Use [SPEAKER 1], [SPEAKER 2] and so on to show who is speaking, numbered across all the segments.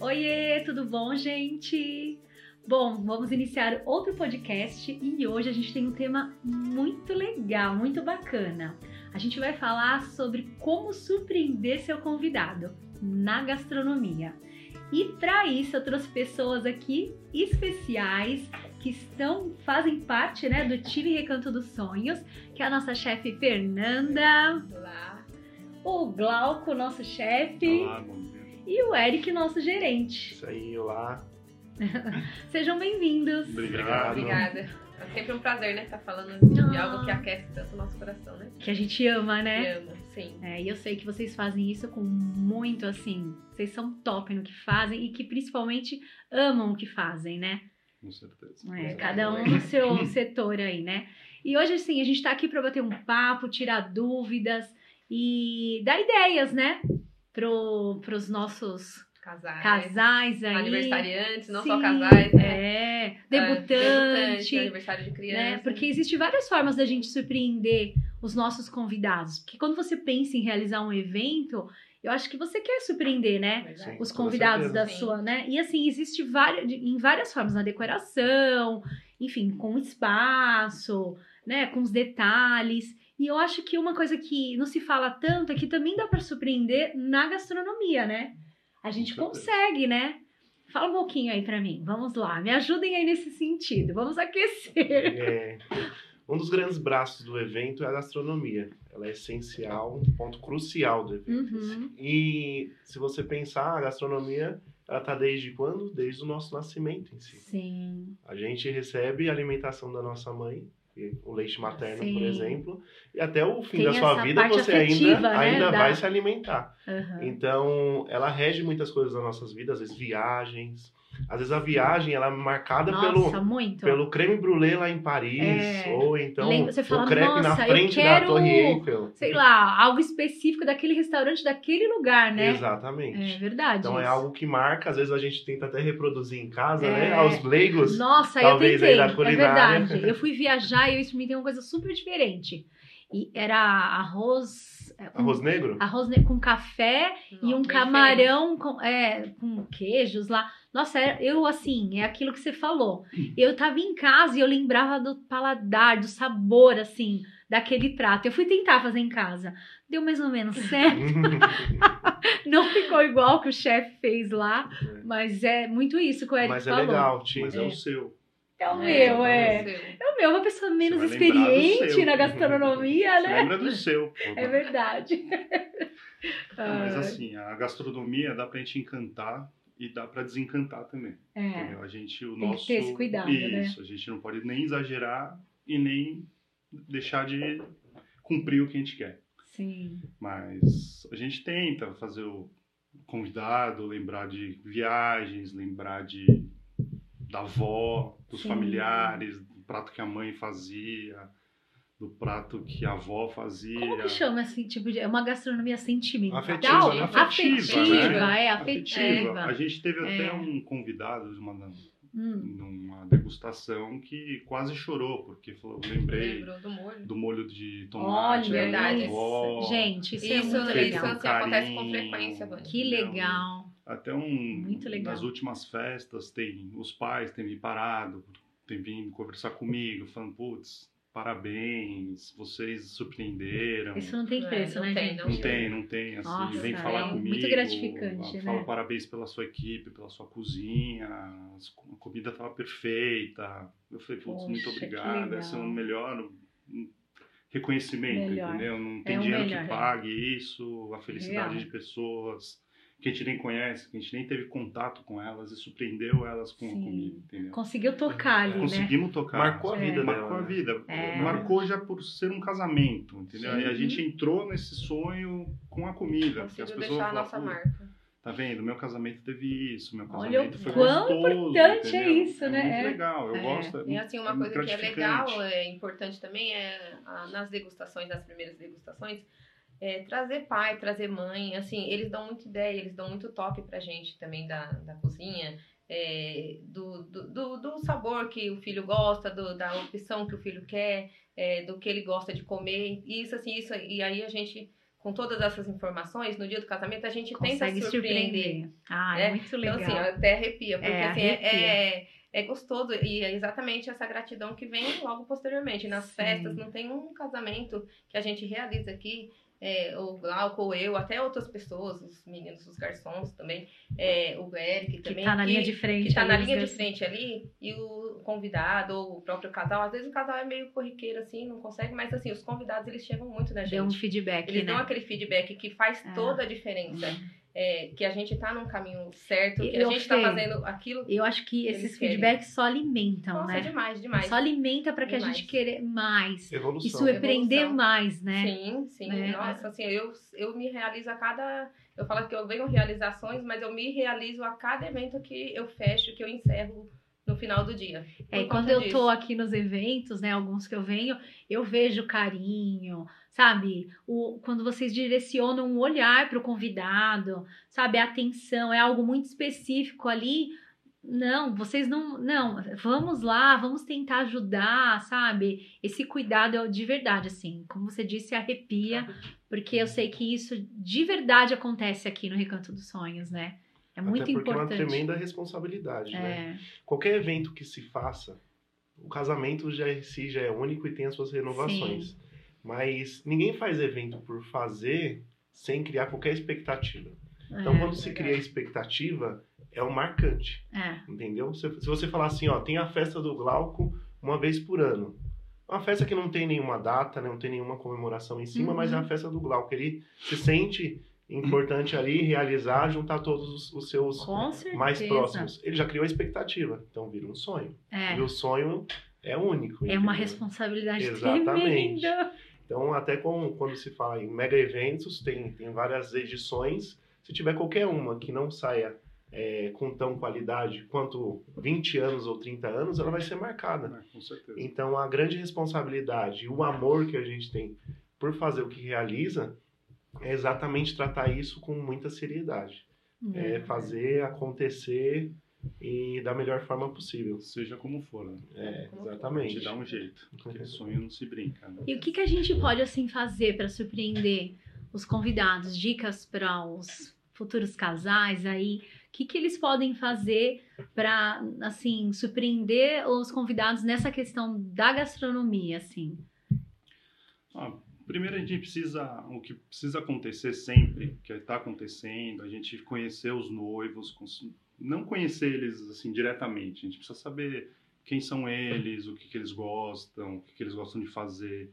[SPEAKER 1] Oiê, tudo bom, gente? Bom, vamos iniciar outro podcast e hoje a gente tem um tema muito legal, muito bacana. A gente vai falar sobre como surpreender seu convidado na gastronomia. E para isso eu trouxe pessoas aqui especiais que estão fazem parte, né, do time Recanto dos Sonhos, que é a nossa chefe Fernanda,
[SPEAKER 2] Olá.
[SPEAKER 1] o Glauco, nosso chefe,
[SPEAKER 3] Olá, bom dia.
[SPEAKER 1] e o Eric, nosso gerente.
[SPEAKER 3] Isso aí, olá.
[SPEAKER 1] Sejam bem-vindos.
[SPEAKER 4] Ah,
[SPEAKER 3] Obrigado.
[SPEAKER 2] Obrigada. É sempre um prazer, né? Estar falando de
[SPEAKER 1] Ah.
[SPEAKER 2] algo que aquece tanto o nosso coração, né?
[SPEAKER 1] Que a gente ama,
[SPEAKER 2] Que
[SPEAKER 1] né?
[SPEAKER 2] ama, sim.
[SPEAKER 1] É, e eu sei que vocês fazem isso com muito assim. Vocês são top no que fazem e que principalmente amam o que fazem, né?
[SPEAKER 3] Com certeza.
[SPEAKER 1] É,
[SPEAKER 2] Exato.
[SPEAKER 1] cada um no seu setor aí, né? E hoje, assim, a gente tá aqui pra bater um papo, tirar dúvidas e dar ideias, né? Pro, pros nossos
[SPEAKER 2] Casais.
[SPEAKER 1] casais aí.
[SPEAKER 2] É. Aniversariantes, não só
[SPEAKER 1] Sim,
[SPEAKER 2] casais, né?
[SPEAKER 1] É,
[SPEAKER 2] Debutantes,
[SPEAKER 1] debutante,
[SPEAKER 2] aniversário de criança.
[SPEAKER 1] né? Porque existem várias formas da gente surpreender os nossos convidados. Porque quando você pensa em realizar um evento, eu acho que você quer surpreender, né?
[SPEAKER 2] Verdade.
[SPEAKER 3] Sim.
[SPEAKER 1] os
[SPEAKER 3] Com
[SPEAKER 1] convidados
[SPEAKER 3] certeza.
[SPEAKER 1] da
[SPEAKER 2] Sim.
[SPEAKER 1] sua, né? E assim, existe várias, em várias formas, na decoração, enfim, com o espaço, né? Com os detalhes. E eu acho que uma coisa que não se fala tanto é que também dá pra surpreender na gastronomia, né? A gente
[SPEAKER 3] Com certeza.
[SPEAKER 1] consegue, né? Fala um pouquinho aí pra mim. Vamos lá, me ajudem aí nesse sentido. Vamos aquecer.
[SPEAKER 3] É, um dos grandes braços do evento é a gastronomia. Ela é essencial, um ponto crucial do evento.
[SPEAKER 1] Uhum.
[SPEAKER 3] E se você pensar, a gastronomia, ela tá desde quando? Desde o nosso nascimento em si.
[SPEAKER 1] Sim.
[SPEAKER 3] A gente recebe a alimentação da nossa mãe, e o leite materno,
[SPEAKER 1] Sim.
[SPEAKER 3] por exemplo, e até o fim
[SPEAKER 1] Tem
[SPEAKER 3] da sua
[SPEAKER 1] essa
[SPEAKER 3] vida
[SPEAKER 1] parte
[SPEAKER 3] você
[SPEAKER 1] afetiva,
[SPEAKER 3] ainda,
[SPEAKER 1] né,
[SPEAKER 3] ainda
[SPEAKER 1] da-
[SPEAKER 3] vai se alimentar.
[SPEAKER 1] Aham.
[SPEAKER 3] Então, ela rege muitas coisas das nossas vidas, às vezes viagens. Às vezes a viagem ela é marcada
[SPEAKER 1] Nossa,
[SPEAKER 3] pelo,
[SPEAKER 1] muito.
[SPEAKER 3] pelo creme brulee lá em Paris,
[SPEAKER 1] É.
[SPEAKER 3] ou então
[SPEAKER 1] Lembra- você fala,
[SPEAKER 3] o crepe na
[SPEAKER 1] "Nossa, eu
[SPEAKER 3] frente
[SPEAKER 1] quero-
[SPEAKER 3] da Torre Eiffel.
[SPEAKER 1] Sei lá, algo específico daquele restaurante, daquele lugar, né? É
[SPEAKER 3] Exatamente.
[SPEAKER 1] verdade.
[SPEAKER 3] Então é
[SPEAKER 1] isso.
[SPEAKER 3] algo que marca, às vezes a gente tenta até reproduzir em casa,
[SPEAKER 1] É.
[SPEAKER 3] né? Aos leigos.
[SPEAKER 1] Nossa,
[SPEAKER 3] Talvez
[SPEAKER 1] eu tentei.
[SPEAKER 3] aí da
[SPEAKER 1] É
[SPEAKER 3] culinária.
[SPEAKER 1] verdade. Eu fui viajar e eu experimentei uma coisa super diferente. E era arroz. é, um-
[SPEAKER 3] Arroz negro?
[SPEAKER 1] arroz ne- com café e um
[SPEAKER 2] Bem
[SPEAKER 1] camarão com, é, com queijos lá. Nossa, era- eu assim, é aquilo que você falou. Eu tava em casa e eu lembrava do paladar, do sabor, assim, daquele prato. Eu fui tentar fazer em casa. Deu mais ou menos certo. Não ficou igual que o chefe fez lá. Mas é muito isso que o Eric
[SPEAKER 3] Mas é
[SPEAKER 1] falou.
[SPEAKER 3] legal, Tim.
[SPEAKER 4] Mas é, o seu.
[SPEAKER 1] É o
[SPEAKER 2] diferente.
[SPEAKER 1] meu,
[SPEAKER 3] é.
[SPEAKER 1] é. É o meu, uma pessoa menos
[SPEAKER 4] vai lembrar do
[SPEAKER 1] experiente
[SPEAKER 4] seu.
[SPEAKER 1] na gastronomia,
[SPEAKER 4] Você
[SPEAKER 1] né?
[SPEAKER 4] Lembra do seu. pô.
[SPEAKER 1] É verdade. Ah,
[SPEAKER 4] Mas assim, a gastronomia dá pra gente encantar e dá pra desencantar também.
[SPEAKER 1] É.
[SPEAKER 4] entendeu? A gente, o
[SPEAKER 1] que
[SPEAKER 4] nosso.
[SPEAKER 1] ter esse cuidado, né?
[SPEAKER 4] Isso, a gente não pode nem exagerar e nem deixar de cumprir o que a gente quer.
[SPEAKER 1] Sim.
[SPEAKER 4] Mas a gente tenta fazer o convidado, lembrar de viagens, lembrar de da avó, dos
[SPEAKER 1] Sim.
[SPEAKER 4] familiares, do prato que a mãe fazia, do prato que a avó fazia.
[SPEAKER 1] Como que chama esse tipo de. É uma gastronomia sentimental?
[SPEAKER 3] Afetiva, né?
[SPEAKER 1] Afetiva,
[SPEAKER 4] Afetiva,
[SPEAKER 1] é, afetiva.
[SPEAKER 4] afetiva. A gente teve
[SPEAKER 1] É.
[SPEAKER 4] até um convidado de uma-
[SPEAKER 1] Hum,
[SPEAKER 4] numa degustação que quase chorou, porque falou, lembrei
[SPEAKER 2] Lembrou do molho.
[SPEAKER 4] do molho de tomate é,
[SPEAKER 1] Olha,
[SPEAKER 4] da minha
[SPEAKER 2] verdade.
[SPEAKER 4] avó,
[SPEAKER 1] Gente, isso, é
[SPEAKER 2] Isso,
[SPEAKER 1] muito
[SPEAKER 2] isso
[SPEAKER 1] legal.
[SPEAKER 2] assim, acontece com
[SPEAKER 4] Carinho.
[SPEAKER 2] frequência, Vânia.
[SPEAKER 1] Que legal.
[SPEAKER 4] Até um,
[SPEAKER 1] Muito legal.
[SPEAKER 4] nas últimas festas, tem os pais têm me parado, têm vindo conversar comigo, falando, putz, parabéns, vocês surpreenderam.
[SPEAKER 1] Isso não tem
[SPEAKER 2] É,
[SPEAKER 1] preço,
[SPEAKER 2] não
[SPEAKER 1] né,
[SPEAKER 2] tem,
[SPEAKER 1] gente?
[SPEAKER 4] Não tem, não tem, assim,
[SPEAKER 1] Nossa, um
[SPEAKER 4] vem
[SPEAKER 2] é
[SPEAKER 4] falar
[SPEAKER 2] muito
[SPEAKER 4] comigo.
[SPEAKER 1] gratificante,
[SPEAKER 4] Fala
[SPEAKER 1] né?
[SPEAKER 4] parabéns pela sua equipe, pela sua cozinha, as- a comida estava perfeita. Eu falei, putz,
[SPEAKER 1] Poxa,
[SPEAKER 4] muito
[SPEAKER 1] que
[SPEAKER 4] obrigado, esse é o
[SPEAKER 1] legal.
[SPEAKER 4] melhor um, reconhecimento,
[SPEAKER 1] Melhor.
[SPEAKER 4] entendeu? Não tem
[SPEAKER 1] É o
[SPEAKER 4] dinheiro
[SPEAKER 1] melhor, é.
[SPEAKER 4] que pague isso, a felicidade
[SPEAKER 1] Real.
[SPEAKER 4] de pessoas que a gente nem conhece, que a gente nem teve contato com elas e surpreendeu elas com
[SPEAKER 1] Sim.
[SPEAKER 4] a comida, entendeu?
[SPEAKER 1] Conseguiu tocar ali, né?
[SPEAKER 4] Conseguimos tocar.
[SPEAKER 3] Marcou a
[SPEAKER 1] É.
[SPEAKER 3] vida dela.
[SPEAKER 4] Marcou a
[SPEAKER 3] né?
[SPEAKER 4] vida.
[SPEAKER 1] É.
[SPEAKER 4] Marcou já por ser um casamento, entendeu?
[SPEAKER 1] Sim.
[SPEAKER 4] E a gente entrou nesse sonho com a comida. porque as
[SPEAKER 2] Conseguiu
[SPEAKER 4] pessoas
[SPEAKER 2] deixar a
[SPEAKER 4] falam,
[SPEAKER 2] nossa
[SPEAKER 4] "Pô,
[SPEAKER 2] marca.
[SPEAKER 4] Tá vendo? Meu casamento teve isso, meu casamento
[SPEAKER 1] Olha o
[SPEAKER 4] foi
[SPEAKER 1] quão
[SPEAKER 4] gostoso,
[SPEAKER 1] importante é
[SPEAKER 4] entendeu?
[SPEAKER 1] isso, né?
[SPEAKER 4] É muito
[SPEAKER 1] É.
[SPEAKER 4] legal, eu
[SPEAKER 1] É.
[SPEAKER 4] gosto.
[SPEAKER 2] E assim, uma
[SPEAKER 4] é
[SPEAKER 2] coisa que é
[SPEAKER 4] gratificante.
[SPEAKER 2] legal, é importante também, é ah, nas degustações, nas primeiras degustações, é, trazer pai, trazer mãe, assim, eles dão muita ideia, eles dão muito toque pra gente também da, da cozinha, é, do, do, do, do sabor que o filho gosta, do- da opção que o filho quer, é, do que ele gosta de comer, e isso assim, isso, e aí a gente com todas essas informações, no dia do casamento a gente
[SPEAKER 1] Consegue
[SPEAKER 2] tenta surpreender.
[SPEAKER 1] surpreender. Ah, é
[SPEAKER 2] né?
[SPEAKER 1] muito legal.
[SPEAKER 2] Então, assim, ó, até arrepia, porque
[SPEAKER 1] É,
[SPEAKER 2] assim, é-
[SPEAKER 1] arrepia.
[SPEAKER 2] É, é gostoso e é exatamente essa gratidão que vem logo posteriormente. Nas
[SPEAKER 1] Sim.
[SPEAKER 2] festas, não tem um casamento que a gente realiza aqui, é, o Glauco, ou eu, até outras pessoas, os meninos, os garçons também, é, o Eric
[SPEAKER 1] que
[SPEAKER 2] também.
[SPEAKER 1] tá na
[SPEAKER 2] que-
[SPEAKER 1] linha de frente.
[SPEAKER 2] que tá
[SPEAKER 1] ali,
[SPEAKER 2] na
[SPEAKER 1] os
[SPEAKER 2] linha de
[SPEAKER 1] dois-
[SPEAKER 2] frente ali, e o convidado, ou o próprio casal, às vezes o casal é meio corriqueiro, assim, não consegue, mas assim, os convidados, eles chegam muito na né, gente.
[SPEAKER 1] Deu um feedback,
[SPEAKER 2] Eles
[SPEAKER 1] né?
[SPEAKER 2] dão aquele feedback que faz
[SPEAKER 1] É.
[SPEAKER 2] toda a diferença. É, que a gente tá num caminho certo,
[SPEAKER 1] E
[SPEAKER 2] que a
[SPEAKER 1] eu
[SPEAKER 2] gente tá
[SPEAKER 1] sei.
[SPEAKER 2] fazendo aquilo.
[SPEAKER 1] Eu acho que
[SPEAKER 2] Eles
[SPEAKER 1] esses
[SPEAKER 2] querem.
[SPEAKER 1] feedbacks só alimentam,
[SPEAKER 2] Nossa,
[SPEAKER 1] né?
[SPEAKER 2] demais, demais.
[SPEAKER 1] Só alimenta para que a
[SPEAKER 2] Demais.
[SPEAKER 1] gente querer mais. E
[SPEAKER 3] Evolução.
[SPEAKER 1] surpreender
[SPEAKER 2] Evolução.
[SPEAKER 1] mais, né?
[SPEAKER 2] Sim, sim.
[SPEAKER 1] Né?
[SPEAKER 2] Nossa, assim, eu, eu me realizo a cada. Eu falo que eu venho realizações, mas eu me realizo a cada evento que eu fecho, que eu encerro no final do dia.
[SPEAKER 1] É,
[SPEAKER 2] Por
[SPEAKER 1] e quando
[SPEAKER 2] conta
[SPEAKER 1] eu tô
[SPEAKER 2] disso.
[SPEAKER 1] aqui nos eventos, né, alguns que eu venho, eu vejo carinho, sabe? O, quando vocês direcionam um olhar pro convidado, sabe? A atenção é algo muito específico ali. Não, vocês não, não, vamos lá, vamos tentar ajudar, sabe? Esse cuidado é de verdade, assim, como você disse, arrepia, porque eu sei que isso de verdade acontece aqui no Recanto dos Sonhos, né? É muito
[SPEAKER 3] Até porque é
[SPEAKER 1] importante.
[SPEAKER 3] uma tremenda responsabilidade, né?
[SPEAKER 1] É,
[SPEAKER 3] Qualquer evento que se faça, o casamento já em si já é único e tem as suas renovações. Mas ninguém faz evento por fazer sem criar qualquer expectativa. Então,
[SPEAKER 1] é,
[SPEAKER 3] quando se
[SPEAKER 2] legal.
[SPEAKER 3] cria expectativa, é um marcante,
[SPEAKER 1] é.
[SPEAKER 3] entendeu? Se, se você falar assim, ó, tem a festa do Glauco uma vez por ano. Uma festa que não tem nenhuma data, não tem nenhuma comemoração em cima,
[SPEAKER 1] Uhum.
[SPEAKER 3] mas é a festa do Glauco. Ele se sente importante ali, realizar, juntar todos os, os seus
[SPEAKER 4] É,
[SPEAKER 1] com certeza.
[SPEAKER 3] mais próximos. Ele já criou a expectativa, então vira um sonho.
[SPEAKER 1] É.
[SPEAKER 3] E o sonho é único.
[SPEAKER 1] É uma
[SPEAKER 3] entendeu?
[SPEAKER 1] responsabilidade
[SPEAKER 3] Exatamente.
[SPEAKER 1] tremenda.
[SPEAKER 3] Então, até com- quando se fala em mega eventos, tem, tem várias edições. Se tiver qualquer uma que não saia é, com tão qualidade quanto 20 anos ou 30 anos, ela vai ser marcada.
[SPEAKER 4] né? Com certeza.
[SPEAKER 3] Então, a grande responsabilidade e o amor que a gente tem por fazer o que realiza é exatamente tratar isso com muita seriedade. É fazer acontecer e da melhor forma possível.
[SPEAKER 4] Seja como for, né?
[SPEAKER 3] É,
[SPEAKER 2] Como
[SPEAKER 4] A gente
[SPEAKER 3] exatamente.
[SPEAKER 4] dá um jeito. Porque sonho não se brinca, né?
[SPEAKER 1] E o que, que a gente pode assim fazer para surpreender os convidados? Dicas para os futuros casais aí? O que, que eles podem fazer para assim surpreender os convidados nessa questão da gastronomia assim?
[SPEAKER 4] Ah, primeiro a gente precisa, o que precisa acontecer sempre, que está acontecendo, a gente conhecer os noivos, cons- não conhecer eles assim diretamente, a gente precisa saber quem são eles, o que, que eles gostam, o que, que eles gostam de fazer.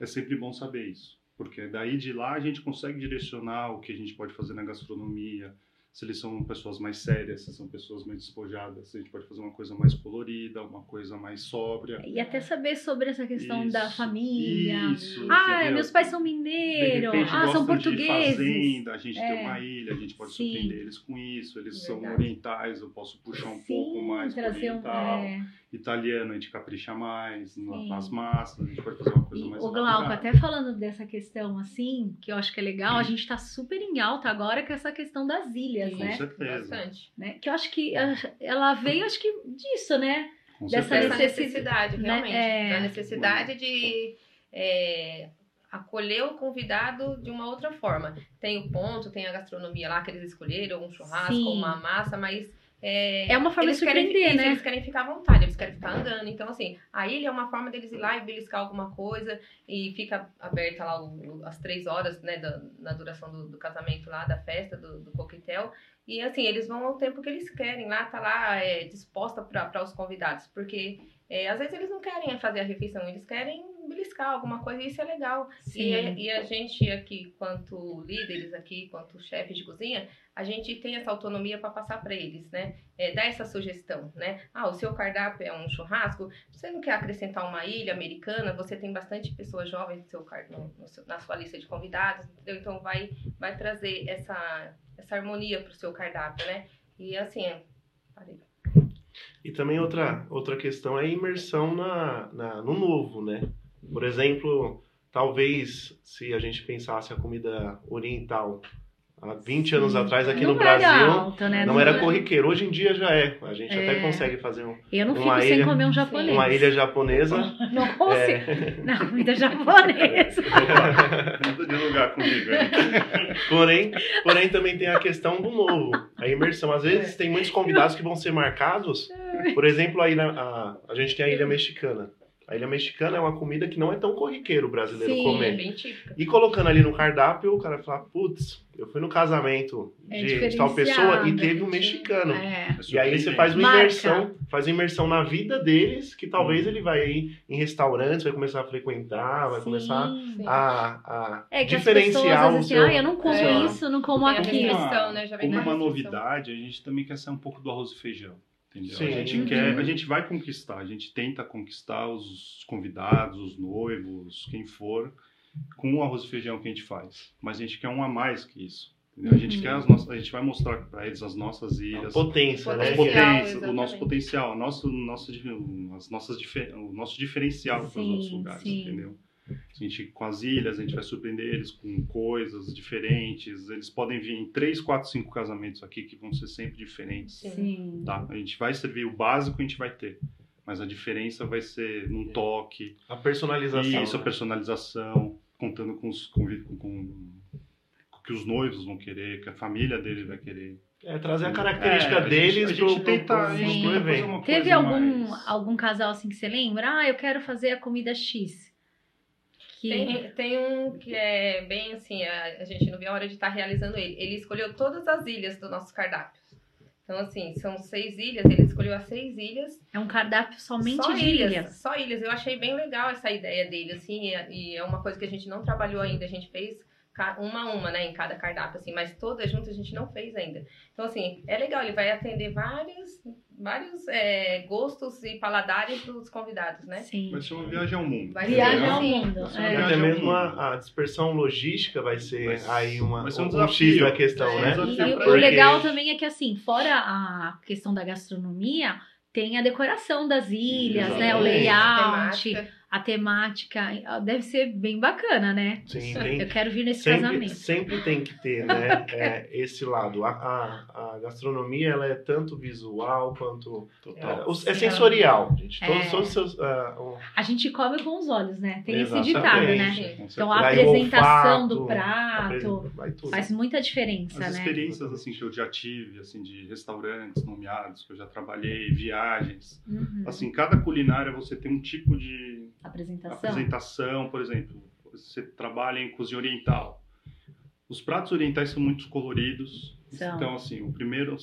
[SPEAKER 4] É sempre bom saber isso, porque daí de lá a gente consegue direcionar o que a gente pode fazer na gastronomia, se eles são pessoas mais sérias, se são pessoas mais despojadas, se a gente pode fazer uma coisa mais colorida, uma coisa mais sóbria.
[SPEAKER 1] E até saber sobre essa questão da
[SPEAKER 4] Isso,
[SPEAKER 1] família.
[SPEAKER 4] Isso,
[SPEAKER 1] Ah,
[SPEAKER 4] entendeu?
[SPEAKER 1] meus pais são
[SPEAKER 4] De
[SPEAKER 1] mineiros. Ah,
[SPEAKER 4] repente
[SPEAKER 1] são
[SPEAKER 4] gostam de
[SPEAKER 1] portugueses.
[SPEAKER 4] fazenda, a gente
[SPEAKER 1] É.
[SPEAKER 4] tem uma ilha, a gente pode
[SPEAKER 1] Sim.
[SPEAKER 4] surpreender eles com isso. Eles são
[SPEAKER 2] Verdade.
[SPEAKER 4] orientais, eu posso puxar um
[SPEAKER 1] Sim,
[SPEAKER 4] pouco mais pro
[SPEAKER 1] trazer um.
[SPEAKER 4] oriental.
[SPEAKER 1] é.
[SPEAKER 4] Italiano, a gente capricha mais na-
[SPEAKER 1] Sim.
[SPEAKER 4] nas massas, a gente pode fazer uma coisa
[SPEAKER 1] E
[SPEAKER 4] mais
[SPEAKER 1] o Glauco,
[SPEAKER 4] elaborada.
[SPEAKER 1] até falando dessa questão assim, que eu acho que é legal, a gente tá super em alta agora com essa questão das ilhas,
[SPEAKER 4] Com
[SPEAKER 1] né?
[SPEAKER 4] certeza.
[SPEAKER 2] Bastante.
[SPEAKER 1] Né? Que eu acho que ah, ela veio, acho que disso, né?
[SPEAKER 4] Com
[SPEAKER 1] Dessa
[SPEAKER 2] Essa
[SPEAKER 4] certeza.
[SPEAKER 1] necessidade,
[SPEAKER 2] necessidade,
[SPEAKER 1] né?
[SPEAKER 2] realmente.
[SPEAKER 1] É.
[SPEAKER 2] A necessidade de é, acolher o convidado de uma outra forma. Tem o ponto, tem a gastronomia lá que eles escolheram, um churrasco,
[SPEAKER 1] Sim.
[SPEAKER 2] uma massa, mas.
[SPEAKER 1] É uma forma de
[SPEAKER 2] querem,
[SPEAKER 1] surpreender,
[SPEAKER 2] isso,
[SPEAKER 1] né?
[SPEAKER 2] Eles querem ficar à vontade, eles querem ficar andando. Então, assim, a ilha é uma forma deles ir lá e beliscar alguma coisa e fica aberta lá o- o- as três horas, né, da- na duração do, do casamento lá, da festa, do, do coquetel. E assim, eles vão ao tempo que eles querem lá, tá lá é, disposta para os convidados, porque é, às vezes eles não querem fazer a refeição, eles querem beliscar alguma coisa e isso é legal. E
[SPEAKER 1] é,
[SPEAKER 2] a, e a gente aqui, quanto líderes aqui, quanto chefes de cozinha, a gente tem essa autonomia para passar para eles, né? É, dar essa sugestão, né? Ah, o seu cardápio é um churrasco, você não quer acrescentar uma ilha americana, você tem bastante pessoas jovens no seu, car- no- no seu- na sua lista de convidados, entendeu? Então vai, vai trazer essa essa harmonia pro seu cardápio, né? E assim, é- parei.
[SPEAKER 3] E também outra, outra questão é a imersão na, na- no novo, né? Por exemplo, talvez se a gente pensasse a comida oriental há 20 anos atrás aqui
[SPEAKER 1] não
[SPEAKER 3] no
[SPEAKER 1] era
[SPEAKER 3] Brasil.
[SPEAKER 1] alto, né?
[SPEAKER 3] Não era corriqueiro, hoje em dia já é. A gente
[SPEAKER 1] É.
[SPEAKER 3] até consegue fazer um-
[SPEAKER 1] Eu não fico
[SPEAKER 3] uma
[SPEAKER 1] sem
[SPEAKER 3] ilha-
[SPEAKER 1] comer um japonês.
[SPEAKER 3] uma ilha É. japonesa.
[SPEAKER 1] Não consigo. Na comida japonesa.
[SPEAKER 3] É,
[SPEAKER 4] Muda de lugar é. com gigante.
[SPEAKER 3] Porém, porém, também tem a questão do novo, a imersão. Às
[SPEAKER 1] É.
[SPEAKER 3] vezes tem muitos convidados que vão ser marcados. Por exemplo, aí na, a, a gente tem a ilha mexicana. A ilha mexicana é uma comida que não é tão corriqueiro o brasileiro
[SPEAKER 1] Sim.
[SPEAKER 2] É
[SPEAKER 3] comer.
[SPEAKER 2] bem típica.
[SPEAKER 3] E colocando ali no cardápio, o cara fala, putz, eu fui no casamento
[SPEAKER 1] É
[SPEAKER 3] de tal pessoa e teve um
[SPEAKER 1] diferenciado,
[SPEAKER 3] mexicano.
[SPEAKER 1] É.
[SPEAKER 3] E aí você faz uma
[SPEAKER 1] Marca. Hum.
[SPEAKER 3] imersão, faz uma imersão na vida deles, que talvez ele vai ir em restaurantes, vai começar a frequentar, Ah, vai
[SPEAKER 1] Sim.
[SPEAKER 3] começar a, a
[SPEAKER 1] É que as pessoas
[SPEAKER 3] diferenciar
[SPEAKER 1] às
[SPEAKER 3] o
[SPEAKER 1] vezes
[SPEAKER 3] seu.
[SPEAKER 1] assim, ah, eu não como
[SPEAKER 2] É.
[SPEAKER 1] isso, não como
[SPEAKER 2] Tem a
[SPEAKER 1] aquilo.
[SPEAKER 2] restrição.
[SPEAKER 4] uma,
[SPEAKER 2] né? Já vem
[SPEAKER 4] como
[SPEAKER 2] na
[SPEAKER 4] uma
[SPEAKER 2] restrição.
[SPEAKER 4] novidade, a gente também quer sair um pouco do arroz e feijão. Entendeu?
[SPEAKER 3] Sim.
[SPEAKER 4] A gente
[SPEAKER 1] Uhum.
[SPEAKER 4] quer, a gente vai conquistar, a gente tenta conquistar os convidados, os noivos, quem for, com o arroz e feijão que a gente faz. Mas a gente quer um a mais que isso. entendeu? A gente
[SPEAKER 1] Uhum.
[SPEAKER 4] quer as nossas, a gente vai mostrar para eles as nossas
[SPEAKER 3] a
[SPEAKER 4] ilhas,
[SPEAKER 3] potência,
[SPEAKER 4] as
[SPEAKER 1] É,
[SPEAKER 3] né?
[SPEAKER 2] Potencial,
[SPEAKER 4] potências, o
[SPEAKER 2] exatamente.
[SPEAKER 4] nosso potencial, o nosso, nosso, di- as nossas, dife- o nosso diferencial para os
[SPEAKER 1] Sim,
[SPEAKER 4] outros lugares,
[SPEAKER 1] sim.
[SPEAKER 4] entendeu? A gente, com as ilhas, a gente vai surpreender eles com coisas diferentes. Eles podem vir em 3, 4, 5 casamentos aqui que vão ser sempre diferentes.
[SPEAKER 1] Sim.
[SPEAKER 4] Tá? A gente vai servir o básico, a gente vai ter. Mas a diferença vai ser num toque,
[SPEAKER 3] A personalização.
[SPEAKER 4] isso, a
[SPEAKER 3] né?
[SPEAKER 4] personalização, contando com os convi- com, com, com o que os noivos vão querer, que a família deles vai querer.
[SPEAKER 3] É trazer a
[SPEAKER 4] É,
[SPEAKER 3] característica
[SPEAKER 4] a gente-
[SPEAKER 3] deles
[SPEAKER 4] a gente
[SPEAKER 3] pro, pro,
[SPEAKER 4] tenta-
[SPEAKER 3] pro-
[SPEAKER 4] a gente
[SPEAKER 1] Sim.
[SPEAKER 4] tenta
[SPEAKER 3] pro
[SPEAKER 4] fazer
[SPEAKER 3] evento.
[SPEAKER 4] uma
[SPEAKER 1] Teve
[SPEAKER 4] coisa
[SPEAKER 1] algum,
[SPEAKER 4] mais-
[SPEAKER 1] algum casal assim que você lembra? Ah, eu quero fazer a comida X. Que...
[SPEAKER 2] Tem, tem um que é bem assim, a, a gente não vê a hora de estar realizando ele. Ele escolheu todas as ilhas do nosso cardápio. Então, assim, são seis ilhas, ele escolheu as seis ilhas.
[SPEAKER 1] É um cardápio somente
[SPEAKER 2] só
[SPEAKER 1] de
[SPEAKER 2] ilhas,
[SPEAKER 1] ilhas.
[SPEAKER 2] Só ilhas. Eu achei bem legal essa ideia dele, assim, e, e é uma coisa que a gente não trabalhou ainda, a gente fez ca- uma a uma, né, em cada cardápio, assim, mas todas juntas a gente não fez ainda. Então, assim, é legal, ele vai atender vários, vários é, gostos e paladares dos convidados, né?
[SPEAKER 1] Sim.
[SPEAKER 4] Vai ser uma viagem ao mundo.
[SPEAKER 2] Vai
[SPEAKER 4] entendeu?
[SPEAKER 1] Viagem ao
[SPEAKER 2] Sim.
[SPEAKER 1] mundo.
[SPEAKER 4] Sim.
[SPEAKER 3] E
[SPEAKER 1] é.
[SPEAKER 3] até
[SPEAKER 4] Viagem
[SPEAKER 3] mesmo
[SPEAKER 4] ao mundo.
[SPEAKER 3] a, a dispersão logística vai ser
[SPEAKER 4] Vai-
[SPEAKER 3] aí uma,
[SPEAKER 4] vai ser um
[SPEAKER 3] um,
[SPEAKER 4] desafio.
[SPEAKER 3] X da questão,
[SPEAKER 4] É,
[SPEAKER 3] né?
[SPEAKER 4] exato.
[SPEAKER 1] E o- o
[SPEAKER 3] Porque-
[SPEAKER 1] legal também é que, assim, fora a questão da gastronomia, tem a decoração das ilhas, né? O
[SPEAKER 3] Exatamente.
[SPEAKER 1] layout,
[SPEAKER 2] Temática.
[SPEAKER 1] a temática. Deve ser bem bacana, né?
[SPEAKER 3] Sim, tem,
[SPEAKER 1] Eu quero vir nesse
[SPEAKER 3] sempre,
[SPEAKER 1] casamento.
[SPEAKER 3] sempre tem que ter, né? é, esse lado. A, a, a gastronomia ela é tanto visual quanto.
[SPEAKER 4] Total.
[SPEAKER 3] É, o- é sensorial, gente. Todos,
[SPEAKER 1] É.
[SPEAKER 3] todos os seus. ah, o-
[SPEAKER 1] A gente come com os olhos, né? Tem
[SPEAKER 4] Exatamente.
[SPEAKER 1] esse ditado, né?
[SPEAKER 2] Sim.
[SPEAKER 4] Com
[SPEAKER 1] Então
[SPEAKER 4] certeza.
[SPEAKER 1] a
[SPEAKER 3] Vai o
[SPEAKER 1] apresentação
[SPEAKER 3] olfato,
[SPEAKER 1] do prato
[SPEAKER 3] apresen- vai tudo. É
[SPEAKER 1] faz muita diferença,
[SPEAKER 4] As
[SPEAKER 1] né?
[SPEAKER 4] experiências assim que eu já tive, assim de restaurantes nomeados que eu já trabalhei, viagens.
[SPEAKER 1] Uhum.
[SPEAKER 4] Assim, cada culinária você tem um tipo de
[SPEAKER 1] Apresentação.
[SPEAKER 4] apresentação, por exemplo, você trabalha em cozinha oriental. Os pratos orientais são muito coloridos.
[SPEAKER 1] São.
[SPEAKER 4] Então assim, o primeiro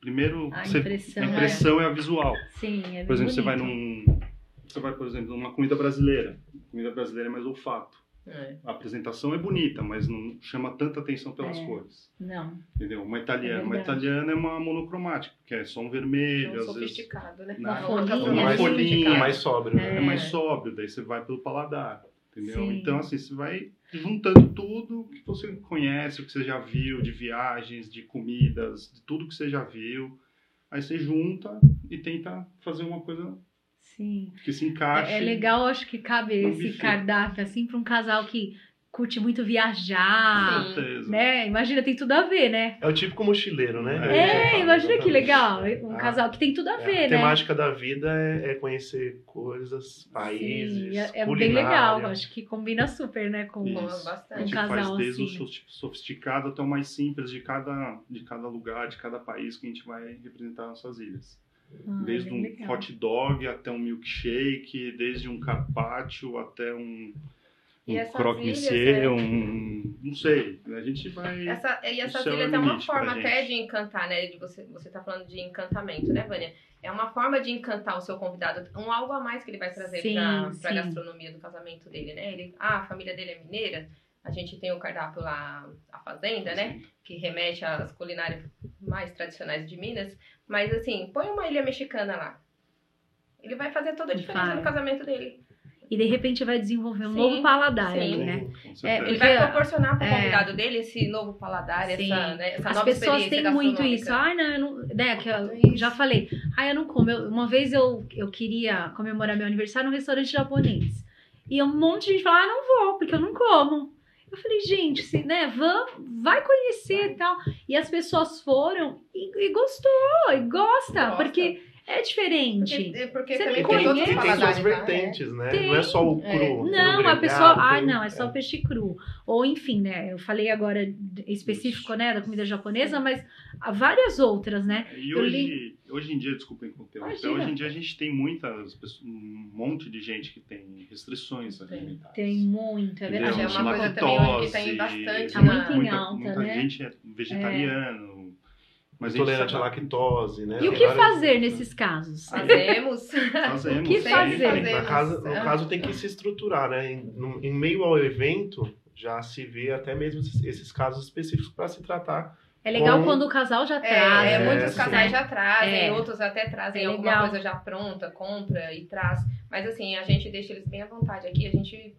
[SPEAKER 4] primeiro
[SPEAKER 1] A
[SPEAKER 4] você-
[SPEAKER 1] impressão.
[SPEAKER 4] a
[SPEAKER 1] é-
[SPEAKER 4] impressão é a visual.
[SPEAKER 1] Sim, é bem
[SPEAKER 4] Por exemplo, você vai
[SPEAKER 1] bonito.
[SPEAKER 4] num. Você vai, por exemplo, numa comida brasileira. Comida brasileira é mais olfato.
[SPEAKER 2] É.
[SPEAKER 4] A apresentação é bonita, mas não chama tanta atenção pelas
[SPEAKER 1] É.
[SPEAKER 4] cores.
[SPEAKER 1] Não.
[SPEAKER 4] Entendeu? Uma italiana.
[SPEAKER 1] É
[SPEAKER 4] uma
[SPEAKER 1] verdade.
[SPEAKER 4] italiana é uma monocromática, que é só um vermelho,
[SPEAKER 2] Então,
[SPEAKER 4] às vezes.
[SPEAKER 2] sofisticado, né?
[SPEAKER 4] Uma
[SPEAKER 2] Uma
[SPEAKER 1] folhinha.
[SPEAKER 2] outra
[SPEAKER 3] É
[SPEAKER 2] forma
[SPEAKER 3] mais-
[SPEAKER 4] folhinha,
[SPEAKER 2] sofisticada.
[SPEAKER 3] É mais sóbrio,
[SPEAKER 4] É
[SPEAKER 3] né?
[SPEAKER 2] É.
[SPEAKER 4] mais sóbrio, daí você vai pelo paladar. Entendeu?
[SPEAKER 1] Sim.
[SPEAKER 4] Então, assim, você vai juntando tudo que você conhece, o que você já viu, de viagens, de comidas, de tudo que você já viu. Aí você junta e tenta fazer uma coisa
[SPEAKER 1] Sim.
[SPEAKER 4] que se encaixe.
[SPEAKER 1] É, é legal, acho que cabe
[SPEAKER 4] Um
[SPEAKER 1] esse
[SPEAKER 4] bife.
[SPEAKER 1] cardápio assim para um casal que curte muito viajar,
[SPEAKER 2] Sim.
[SPEAKER 4] Certeza.
[SPEAKER 1] né? Imagina, tem tudo a ver, né?
[SPEAKER 3] É o típico mochileiro, né?
[SPEAKER 1] É, imagina que legal, um
[SPEAKER 4] É,
[SPEAKER 3] Ah,
[SPEAKER 1] casal que tem tudo a
[SPEAKER 3] É,
[SPEAKER 1] ver,
[SPEAKER 3] a
[SPEAKER 1] né?
[SPEAKER 3] temática da vida é, é conhecer coisas, países,
[SPEAKER 1] Sim, é, é bem
[SPEAKER 3] culinária.
[SPEAKER 1] legal, acho que combina super, né? Com
[SPEAKER 4] Isso.
[SPEAKER 2] Rola
[SPEAKER 4] A
[SPEAKER 1] Um
[SPEAKER 4] gente
[SPEAKER 2] bastante.
[SPEAKER 4] faz
[SPEAKER 1] casal,
[SPEAKER 4] desde
[SPEAKER 1] assim.
[SPEAKER 4] o sof- sofisticado até o mais simples de cada, de cada lugar, de cada país que a gente vai representar nossas ilhas.
[SPEAKER 1] Ah,
[SPEAKER 4] desde
[SPEAKER 1] bem
[SPEAKER 4] um
[SPEAKER 1] legal.
[SPEAKER 4] hot dog até um milkshake, desde um carpaccio até um,
[SPEAKER 2] E
[SPEAKER 4] um
[SPEAKER 2] essas
[SPEAKER 4] croque
[SPEAKER 2] ilhas,
[SPEAKER 4] monsieur,
[SPEAKER 2] é.
[SPEAKER 4] um... não sei. A gente vai...
[SPEAKER 2] Essa, e essas
[SPEAKER 4] Isso é um
[SPEAKER 2] ilhas é uma
[SPEAKER 4] limite pra
[SPEAKER 2] forma
[SPEAKER 4] gente.
[SPEAKER 2] até de encantar, né? De você, você tá falando de encantamento, né, Vânia? É uma forma de encantar o seu convidado, um algo a mais que ele vai trazer
[SPEAKER 1] Sim,
[SPEAKER 2] pra, pra
[SPEAKER 1] sim.
[SPEAKER 2] gastronomia do casamento dele, né? Ele, ah, a família dele é mineira, a gente tem o cardápio lá, a fazenda, né? que remete às culinárias mais tradicionais de Minas, mas assim, põe uma ilha mexicana lá. Ele vai fazer toda a diferença
[SPEAKER 1] Vai.
[SPEAKER 2] no casamento dele.
[SPEAKER 1] E de repente vai desenvolver um
[SPEAKER 2] Sim,
[SPEAKER 1] novo paladar
[SPEAKER 2] sim.
[SPEAKER 1] aí,
[SPEAKER 3] Sim.
[SPEAKER 1] né?
[SPEAKER 4] Com certeza.
[SPEAKER 1] É, porque-
[SPEAKER 2] Ele vai proporcionar pro
[SPEAKER 1] é.
[SPEAKER 2] convidado dele esse novo paladar,
[SPEAKER 1] Sim.
[SPEAKER 2] essa, né, essa
[SPEAKER 1] As
[SPEAKER 2] nova
[SPEAKER 1] pessoas
[SPEAKER 2] experiência
[SPEAKER 1] têm muito isso. Ah,
[SPEAKER 2] gastronômica.
[SPEAKER 1] Ai, não, eu não. Né, que eu
[SPEAKER 2] Muito isso.
[SPEAKER 1] já falei. Ai, eu não como. Eu- uma vez eu, eu queria comemorar meu aniversário num restaurante japonês. E um monte de gente falou: ah, não vou, porque eu não como. Eu Eu falei, gente, se, né, vamos, vai conhecer e tal. E as pessoas foram e, e gostou, e gosta,
[SPEAKER 2] Gosta.
[SPEAKER 1] porque é diferente.
[SPEAKER 2] Porque, é porque
[SPEAKER 1] Você
[SPEAKER 2] também
[SPEAKER 1] não
[SPEAKER 2] tem
[SPEAKER 1] conhece?
[SPEAKER 2] todos
[SPEAKER 3] Porque
[SPEAKER 2] os
[SPEAKER 3] tem suas
[SPEAKER 2] paladares, né?
[SPEAKER 3] vertentes, né?
[SPEAKER 1] Tem.
[SPEAKER 3] Não é só o cru.
[SPEAKER 2] É.
[SPEAKER 3] tem o
[SPEAKER 1] Não, a
[SPEAKER 3] grelhado,
[SPEAKER 1] pessoa. Ah,
[SPEAKER 3] tem-
[SPEAKER 1] não, é só peixe cru. Ou, enfim, né? Eu falei agora de- específico, né, da comida japonesa, mas há várias outras, né?
[SPEAKER 4] E
[SPEAKER 1] Eu
[SPEAKER 4] hoje, hoje em dia, desculpa interromper,
[SPEAKER 1] Imagina.
[SPEAKER 4] então, hoje em dia a gente tem muitas pessoas- um monte de gente que tem restrições
[SPEAKER 2] Tem.
[SPEAKER 4] alimentares.
[SPEAKER 1] Tem muita, é
[SPEAKER 4] Entendeu?
[SPEAKER 1] verdade.
[SPEAKER 2] é uma coisa
[SPEAKER 4] Lactose,
[SPEAKER 2] também hoje que tem bastante
[SPEAKER 1] Tá
[SPEAKER 2] na-
[SPEAKER 1] muito em
[SPEAKER 4] muita,
[SPEAKER 1] alta,
[SPEAKER 4] muita
[SPEAKER 1] né?
[SPEAKER 4] gente é vegetariano. Mas
[SPEAKER 3] Intolerante à
[SPEAKER 4] a gente
[SPEAKER 3] lactose, né?
[SPEAKER 1] E o
[SPEAKER 3] Tem
[SPEAKER 1] que
[SPEAKER 3] várias-
[SPEAKER 1] fazer nesses casos?
[SPEAKER 2] Fazemos.
[SPEAKER 4] fazemos. né?
[SPEAKER 1] O que
[SPEAKER 4] sim.
[SPEAKER 1] fazer?
[SPEAKER 3] Na
[SPEAKER 2] Fazemos,
[SPEAKER 3] casa, no
[SPEAKER 2] é.
[SPEAKER 3] caso, tem que se estruturar, né? Em, no- em meio ao evento, já se vê até mesmo esses, esses casos específicos para se tratar.
[SPEAKER 1] É legal
[SPEAKER 3] Com-
[SPEAKER 1] quando o casal já traz.
[SPEAKER 2] É, é,
[SPEAKER 3] É,
[SPEAKER 2] muitos
[SPEAKER 3] sim.
[SPEAKER 2] casais já trazem,
[SPEAKER 1] né? É.
[SPEAKER 2] outros até trazem
[SPEAKER 1] É
[SPEAKER 2] alguma
[SPEAKER 1] legal.
[SPEAKER 2] coisa já pronta, compra e traz. Mas assim, a gente deixa eles bem à vontade aqui. A gente,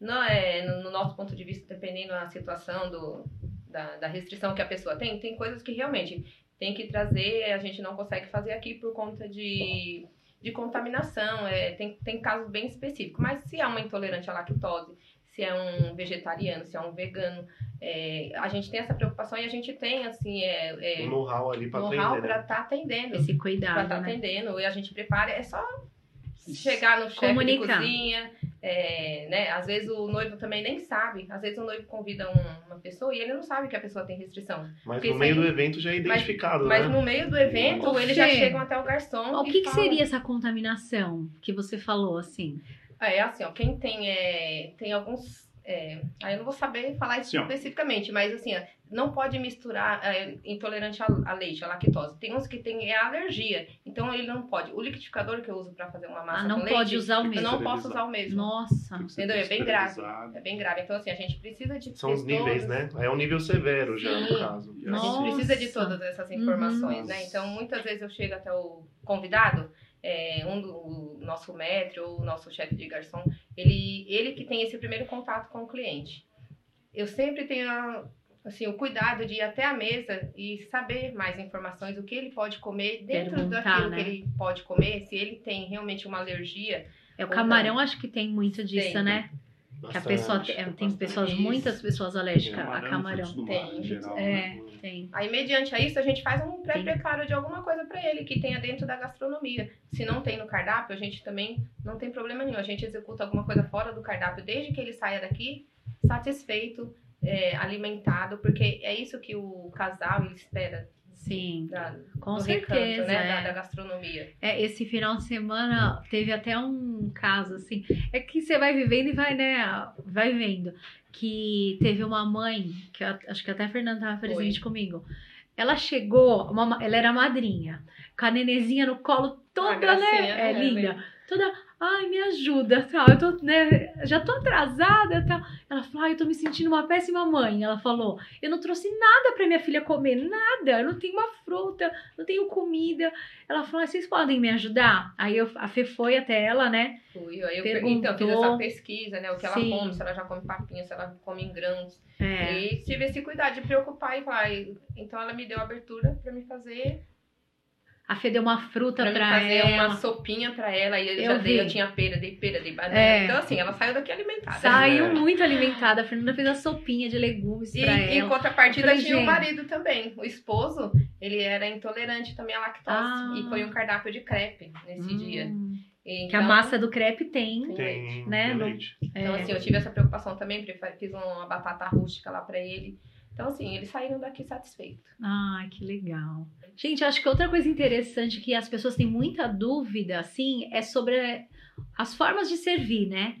[SPEAKER 2] não é, no, no nosso ponto de vista, dependendo da situação, do, da, da restrição que a pessoa tem, tem coisas que realmente tem que trazer, a gente não consegue fazer aqui por conta de, de contaminação. É, tem, tem casos bem específicos. Mas se é uma intolerante à lactose, se é um vegetariano, se é um vegano, é, a gente tem essa preocupação e a gente tem, assim, é, é,
[SPEAKER 3] O know-how ali para
[SPEAKER 2] know-how
[SPEAKER 3] atender, né?
[SPEAKER 2] pra tá atendendo.
[SPEAKER 1] Esse
[SPEAKER 2] Pra
[SPEAKER 1] cuidado,
[SPEAKER 2] tá
[SPEAKER 1] né?
[SPEAKER 2] atendendo. E a gente prepara, é só chegar no chefe de
[SPEAKER 1] Comunicar.
[SPEAKER 2] cozinha. é, né? Às vezes o noivo também nem sabe. Às vezes o noivo convida um- uma pessoa e ele não sabe que a pessoa tem restrição.
[SPEAKER 3] Mas
[SPEAKER 2] Porque
[SPEAKER 3] no
[SPEAKER 2] isso
[SPEAKER 3] meio
[SPEAKER 2] aí-
[SPEAKER 3] do evento já é identificado,
[SPEAKER 2] Mas
[SPEAKER 3] né?
[SPEAKER 2] no meio do evento,
[SPEAKER 1] Ô,
[SPEAKER 2] eles já
[SPEAKER 1] Fê,
[SPEAKER 2] chegam até o garçom.
[SPEAKER 1] O
[SPEAKER 2] e
[SPEAKER 1] que, que
[SPEAKER 2] falam.
[SPEAKER 1] seria essa contaminação que você falou, assim?
[SPEAKER 2] É assim, ó, quem tem, é, tem alguns. É, aí eu não vou saber falar isso
[SPEAKER 3] Assim,
[SPEAKER 4] Sim, ó.
[SPEAKER 2] especificamente, mas assim, ó, não pode misturar é, intolerante à, à leite, à lactose. Tem uns que tem é alergia, então ele não pode. O liquidificador que eu uso pra fazer uma massa
[SPEAKER 1] Ah, não
[SPEAKER 2] com
[SPEAKER 1] pode
[SPEAKER 2] leite,
[SPEAKER 1] usar o
[SPEAKER 4] eu
[SPEAKER 2] eu
[SPEAKER 1] mesmo.
[SPEAKER 2] não
[SPEAKER 4] esterilizar.
[SPEAKER 2] posso usar o mesmo.
[SPEAKER 1] Nossa.
[SPEAKER 4] Tem que ser
[SPEAKER 2] Entendeu? É bem grave.
[SPEAKER 4] esterilizado.
[SPEAKER 2] É bem grave. Então, assim, a gente precisa de
[SPEAKER 3] São os
[SPEAKER 2] pessoas-
[SPEAKER 3] níveis, né? Aí É um nível severo já,
[SPEAKER 2] Sim.
[SPEAKER 3] no caso.
[SPEAKER 4] E
[SPEAKER 2] A gente
[SPEAKER 1] Nossa.
[SPEAKER 2] precisa de todas essas informações,
[SPEAKER 4] Uhum.
[SPEAKER 2] né? Então, muitas vezes eu chego até o convidado, é, um do o nosso maître ou o nosso chefe de garçom, ele, ele que tem esse primeiro contato com o cliente. Eu sempre tenho a- assim, o cuidado de ir até a mesa e saber mais informações, o que ele pode comer dentro
[SPEAKER 1] Perguntar,
[SPEAKER 2] daquilo
[SPEAKER 1] né?
[SPEAKER 2] que ele pode comer, se ele tem realmente uma alergia.
[SPEAKER 1] É o camarão, acho que tem muito disso,
[SPEAKER 2] Tem.
[SPEAKER 1] né? Que a
[SPEAKER 3] Bastante.
[SPEAKER 1] pessoa é, tem pessoas,
[SPEAKER 2] Isso.
[SPEAKER 1] muitas pessoas
[SPEAKER 4] Tem
[SPEAKER 1] alérgicas a
[SPEAKER 4] É, camarão,
[SPEAKER 1] camarão.
[SPEAKER 4] frutos do mar,
[SPEAKER 2] Tem,
[SPEAKER 4] em geral,
[SPEAKER 1] é.
[SPEAKER 4] né?
[SPEAKER 1] Tem.
[SPEAKER 2] Aí, mediante a isso, a gente faz um pré-preparo de alguma coisa para ele que tenha dentro da gastronomia. Se não tem no cardápio, a gente também não tem problema nenhum. A gente executa alguma coisa fora do cardápio, desde que ele saia daqui satisfeito, é, alimentado, porque é isso que o casal ele espera
[SPEAKER 1] Sim.
[SPEAKER 2] da,
[SPEAKER 1] Com
[SPEAKER 2] do
[SPEAKER 1] certeza.
[SPEAKER 2] recanto, né?
[SPEAKER 1] é.
[SPEAKER 2] Da, da gastronomia.
[SPEAKER 1] É, esse final de semana teve até um caso assim. É que você vai vivendo e vai, né? Vai vendo. Que teve uma mãe, que eu- acho que até a Fernanda estava presente comigo. Ela chegou, uma ma- ela era madrinha, com a nenezinha no colo,
[SPEAKER 2] Uma
[SPEAKER 1] toda,
[SPEAKER 2] gracinha,
[SPEAKER 1] né? É,
[SPEAKER 2] né,
[SPEAKER 1] linda. Toda, ai, me ajuda, tal. Eu tô, né? Já tô atrasada, tal. Ela falou, ai, eu tô me sentindo uma péssima mãe. Ela falou, eu não trouxe nada pra minha filha comer, nada. Eu não tenho uma fruta, não tenho comida. Ela falou, "Ah, vocês podem me ajudar? Aí eu- a Fê foi até ela, né?
[SPEAKER 2] Fui, aí eu
[SPEAKER 1] Perguntou.
[SPEAKER 2] então, fiz essa pesquisa, né? O que ela
[SPEAKER 1] Sim.
[SPEAKER 2] come, se ela já come papinha, se ela come em grãos.
[SPEAKER 1] É,
[SPEAKER 2] E tive esse cuidado de preocupar e falar. "Ai, Então, ela me deu abertura para me fazer
[SPEAKER 1] a Fê deu uma fruta
[SPEAKER 2] pra,
[SPEAKER 1] pra,
[SPEAKER 2] mim fazer
[SPEAKER 1] ela.
[SPEAKER 2] uma sopinha pra ela. E eu,
[SPEAKER 1] Eu
[SPEAKER 2] já dei,
[SPEAKER 1] vi.
[SPEAKER 2] eu tinha pera, dei pera, dei banana.
[SPEAKER 1] É.
[SPEAKER 2] Então, assim, ela saiu daqui alimentada.
[SPEAKER 1] Saiu
[SPEAKER 3] É.
[SPEAKER 1] muito alimentada. A Fernanda fez a sopinha de legumes
[SPEAKER 2] E
[SPEAKER 1] pra
[SPEAKER 2] em
[SPEAKER 1] ela.
[SPEAKER 2] contrapartida
[SPEAKER 1] Eu falei,
[SPEAKER 2] tinha o
[SPEAKER 1] gente.
[SPEAKER 2] marido também. O esposo, ele era intolerante também à lactose.
[SPEAKER 1] Ah.
[SPEAKER 2] E foi um cardápio de crepe nesse dia.
[SPEAKER 1] Hum,
[SPEAKER 2] E
[SPEAKER 1] Que a
[SPEAKER 2] então-
[SPEAKER 1] massa do crepe tem.
[SPEAKER 2] Sim.
[SPEAKER 3] Tem,
[SPEAKER 1] Né?
[SPEAKER 3] tem
[SPEAKER 1] Não-
[SPEAKER 3] leite.
[SPEAKER 2] Então,
[SPEAKER 1] é.
[SPEAKER 2] assim, eu tive essa preocupação também. prefa- Fiz uma batata rústica lá pra ele. Então, assim, eles saíram daqui satisfeitos.
[SPEAKER 1] Ai, que legal. Gente, acho que outra coisa interessante que as pessoas têm muita dúvida, assim, é sobre as formas de servir, né?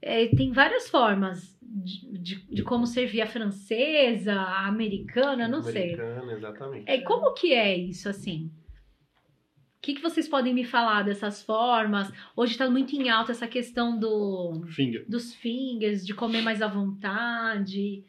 [SPEAKER 1] É, tem várias formas de, de- de como servir a francesa, a americana, não sei.
[SPEAKER 3] Americana, exatamente.
[SPEAKER 1] É, como que é isso, assim? O que, que vocês podem me falar dessas formas? Hoje está muito em alta essa questão do,
[SPEAKER 4] Finger.
[SPEAKER 1] dos fingers, de comer mais à vontade,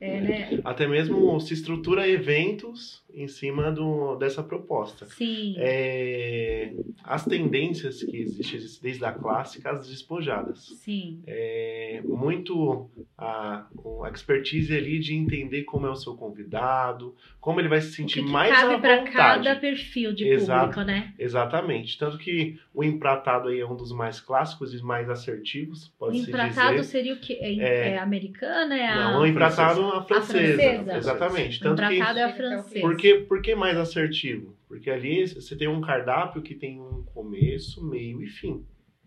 [SPEAKER 1] é, né?
[SPEAKER 3] Até mesmo se estrutura eventos em cima do, dessa proposta.
[SPEAKER 1] Sim.
[SPEAKER 3] É, as tendências que existem desde a clássica às despojadas.
[SPEAKER 1] Sim.
[SPEAKER 3] É, muito a, a expertise ali de entender como é o seu convidado, como ele vai se
[SPEAKER 1] O
[SPEAKER 3] sentir
[SPEAKER 1] que, que
[SPEAKER 3] mais à
[SPEAKER 1] cabe para
[SPEAKER 3] vontade.
[SPEAKER 1] cada perfil de
[SPEAKER 3] Exato.
[SPEAKER 1] público, né?
[SPEAKER 3] Exatamente. Tanto que o empratado aí é um dos mais clássicos e mais assertivos,
[SPEAKER 1] O
[SPEAKER 3] pode-se
[SPEAKER 1] empratado
[SPEAKER 3] dizer.
[SPEAKER 1] seria o que? É,
[SPEAKER 3] É.
[SPEAKER 1] é americana? É a...
[SPEAKER 3] Não, o empratado é a francesa.
[SPEAKER 1] francesa.
[SPEAKER 3] Exatamente.
[SPEAKER 1] o
[SPEAKER 3] Tanto que
[SPEAKER 1] empratado é a
[SPEAKER 2] Chega até o fim.
[SPEAKER 1] francesa.
[SPEAKER 3] Por que, por que mais assertivo? Porque ali você tem um cardápio que tem um começo, meio e fim.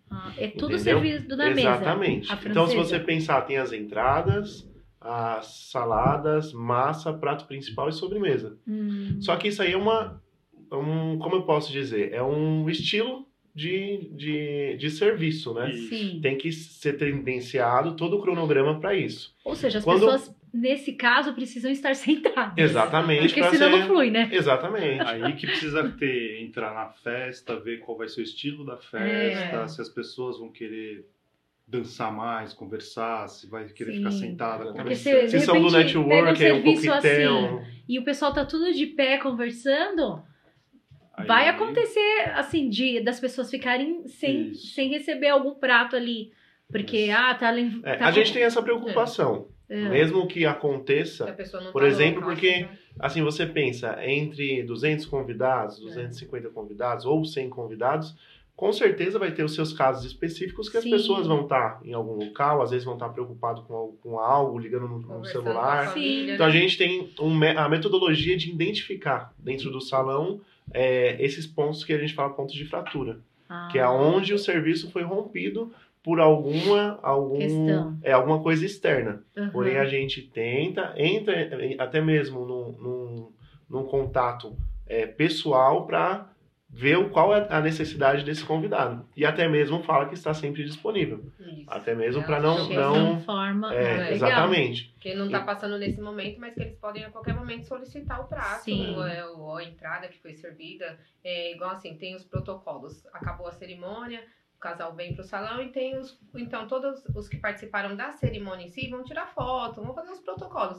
[SPEAKER 1] Ah, é tudo
[SPEAKER 3] Entendeu?
[SPEAKER 1] servido na mesa.
[SPEAKER 3] Exatamente.
[SPEAKER 1] A
[SPEAKER 3] Então, se
[SPEAKER 1] francesa.
[SPEAKER 3] você pensar, tem as entradas, as saladas, massa, prato principal e sobremesa.
[SPEAKER 1] Hum,
[SPEAKER 3] Só que isso aí é uma. é Um, como eu posso dizer? É um estilo de, de, de serviço, né?
[SPEAKER 4] Isso.
[SPEAKER 1] Sim.
[SPEAKER 3] Tem que ser tendenciado todo o cronograma para isso.
[SPEAKER 1] Ou seja, as
[SPEAKER 3] Quando-
[SPEAKER 1] pessoas, nesse caso, precisam estar sentadas.
[SPEAKER 3] Exatamente.
[SPEAKER 1] Porque
[SPEAKER 3] pra
[SPEAKER 1] senão
[SPEAKER 3] ser-
[SPEAKER 1] não flui, né?
[SPEAKER 3] Exatamente.
[SPEAKER 4] Aí que precisa ter, entrar na festa, ver qual vai ser o estilo da festa,
[SPEAKER 1] É.
[SPEAKER 4] se as pessoas vão querer dançar mais, conversar, se vai querer
[SPEAKER 1] Sim.
[SPEAKER 4] ficar sentada,
[SPEAKER 3] Porque
[SPEAKER 4] conversando.
[SPEAKER 1] De
[SPEAKER 3] Se são do
[SPEAKER 1] repente,
[SPEAKER 3] network,
[SPEAKER 1] pega
[SPEAKER 3] é
[SPEAKER 1] um
[SPEAKER 3] um
[SPEAKER 1] serviço
[SPEAKER 3] coquetel.
[SPEAKER 1] E o pessoal tá tudo de pé conversando.
[SPEAKER 4] Aí-
[SPEAKER 1] Vai acontecer, assim, de das pessoas ficarem sem,
[SPEAKER 4] Isso.
[SPEAKER 1] sem receber algum prato ali. Porque,
[SPEAKER 4] Isso.
[SPEAKER 1] ah, tá, lem-
[SPEAKER 3] É,
[SPEAKER 1] tá
[SPEAKER 3] a
[SPEAKER 1] com-
[SPEAKER 3] gente tem essa preocupação.
[SPEAKER 1] É.
[SPEAKER 3] Mesmo que
[SPEAKER 2] Se a
[SPEAKER 3] aconteça,
[SPEAKER 2] pessoa não
[SPEAKER 3] Por
[SPEAKER 2] tá no
[SPEAKER 3] exemplo,
[SPEAKER 2] local,
[SPEAKER 3] porque-
[SPEAKER 2] então-
[SPEAKER 3] assim, você pensa, entre 200
[SPEAKER 1] É.
[SPEAKER 3] convidados, 250 convidados ou 100 convidados, com certeza vai ter os seus casos específicos que
[SPEAKER 1] Sim.
[SPEAKER 3] as pessoas vão estar em algum local, às vezes vão estar preocupados com, al- com algo, ligando no, no
[SPEAKER 2] Conversando com a
[SPEAKER 3] celular.
[SPEAKER 2] família, né?
[SPEAKER 3] Então a gente tem um me- a metodologia de identificar dentro do salão é, esses pontos que a gente fala pontos de fratura.
[SPEAKER 1] Ah,
[SPEAKER 3] que é onde o serviço foi rompido por alguma
[SPEAKER 1] um
[SPEAKER 3] algum,
[SPEAKER 1] Questão.
[SPEAKER 3] é, alguma coisa externa.
[SPEAKER 1] aham.
[SPEAKER 3] Porém, a gente tenta, entra eh, até mesmo num, num, num contato eh, pessoal para ver o- qual é a necessidade desse convidado. E até mesmo fala que está sempre disponível.
[SPEAKER 2] Isso.
[SPEAKER 3] Até mesmo
[SPEAKER 2] Ela
[SPEAKER 3] para não.
[SPEAKER 2] chega.
[SPEAKER 3] não
[SPEAKER 1] Questão, forma.
[SPEAKER 3] é,
[SPEAKER 1] ah, legal.
[SPEAKER 3] exatamente.
[SPEAKER 2] Que não tá passando nesse momento, mas que eles podem a qualquer momento solicitar o prato,
[SPEAKER 1] Sim.
[SPEAKER 2] ou, é, ou a entrada que foi servida. É igual assim, tem os protocolos. Acabou a cerimônia, o casal vem pro salão e tem os. Então, todos os que participaram da cerimônia em si vão tirar foto, vão fazer os protocolos.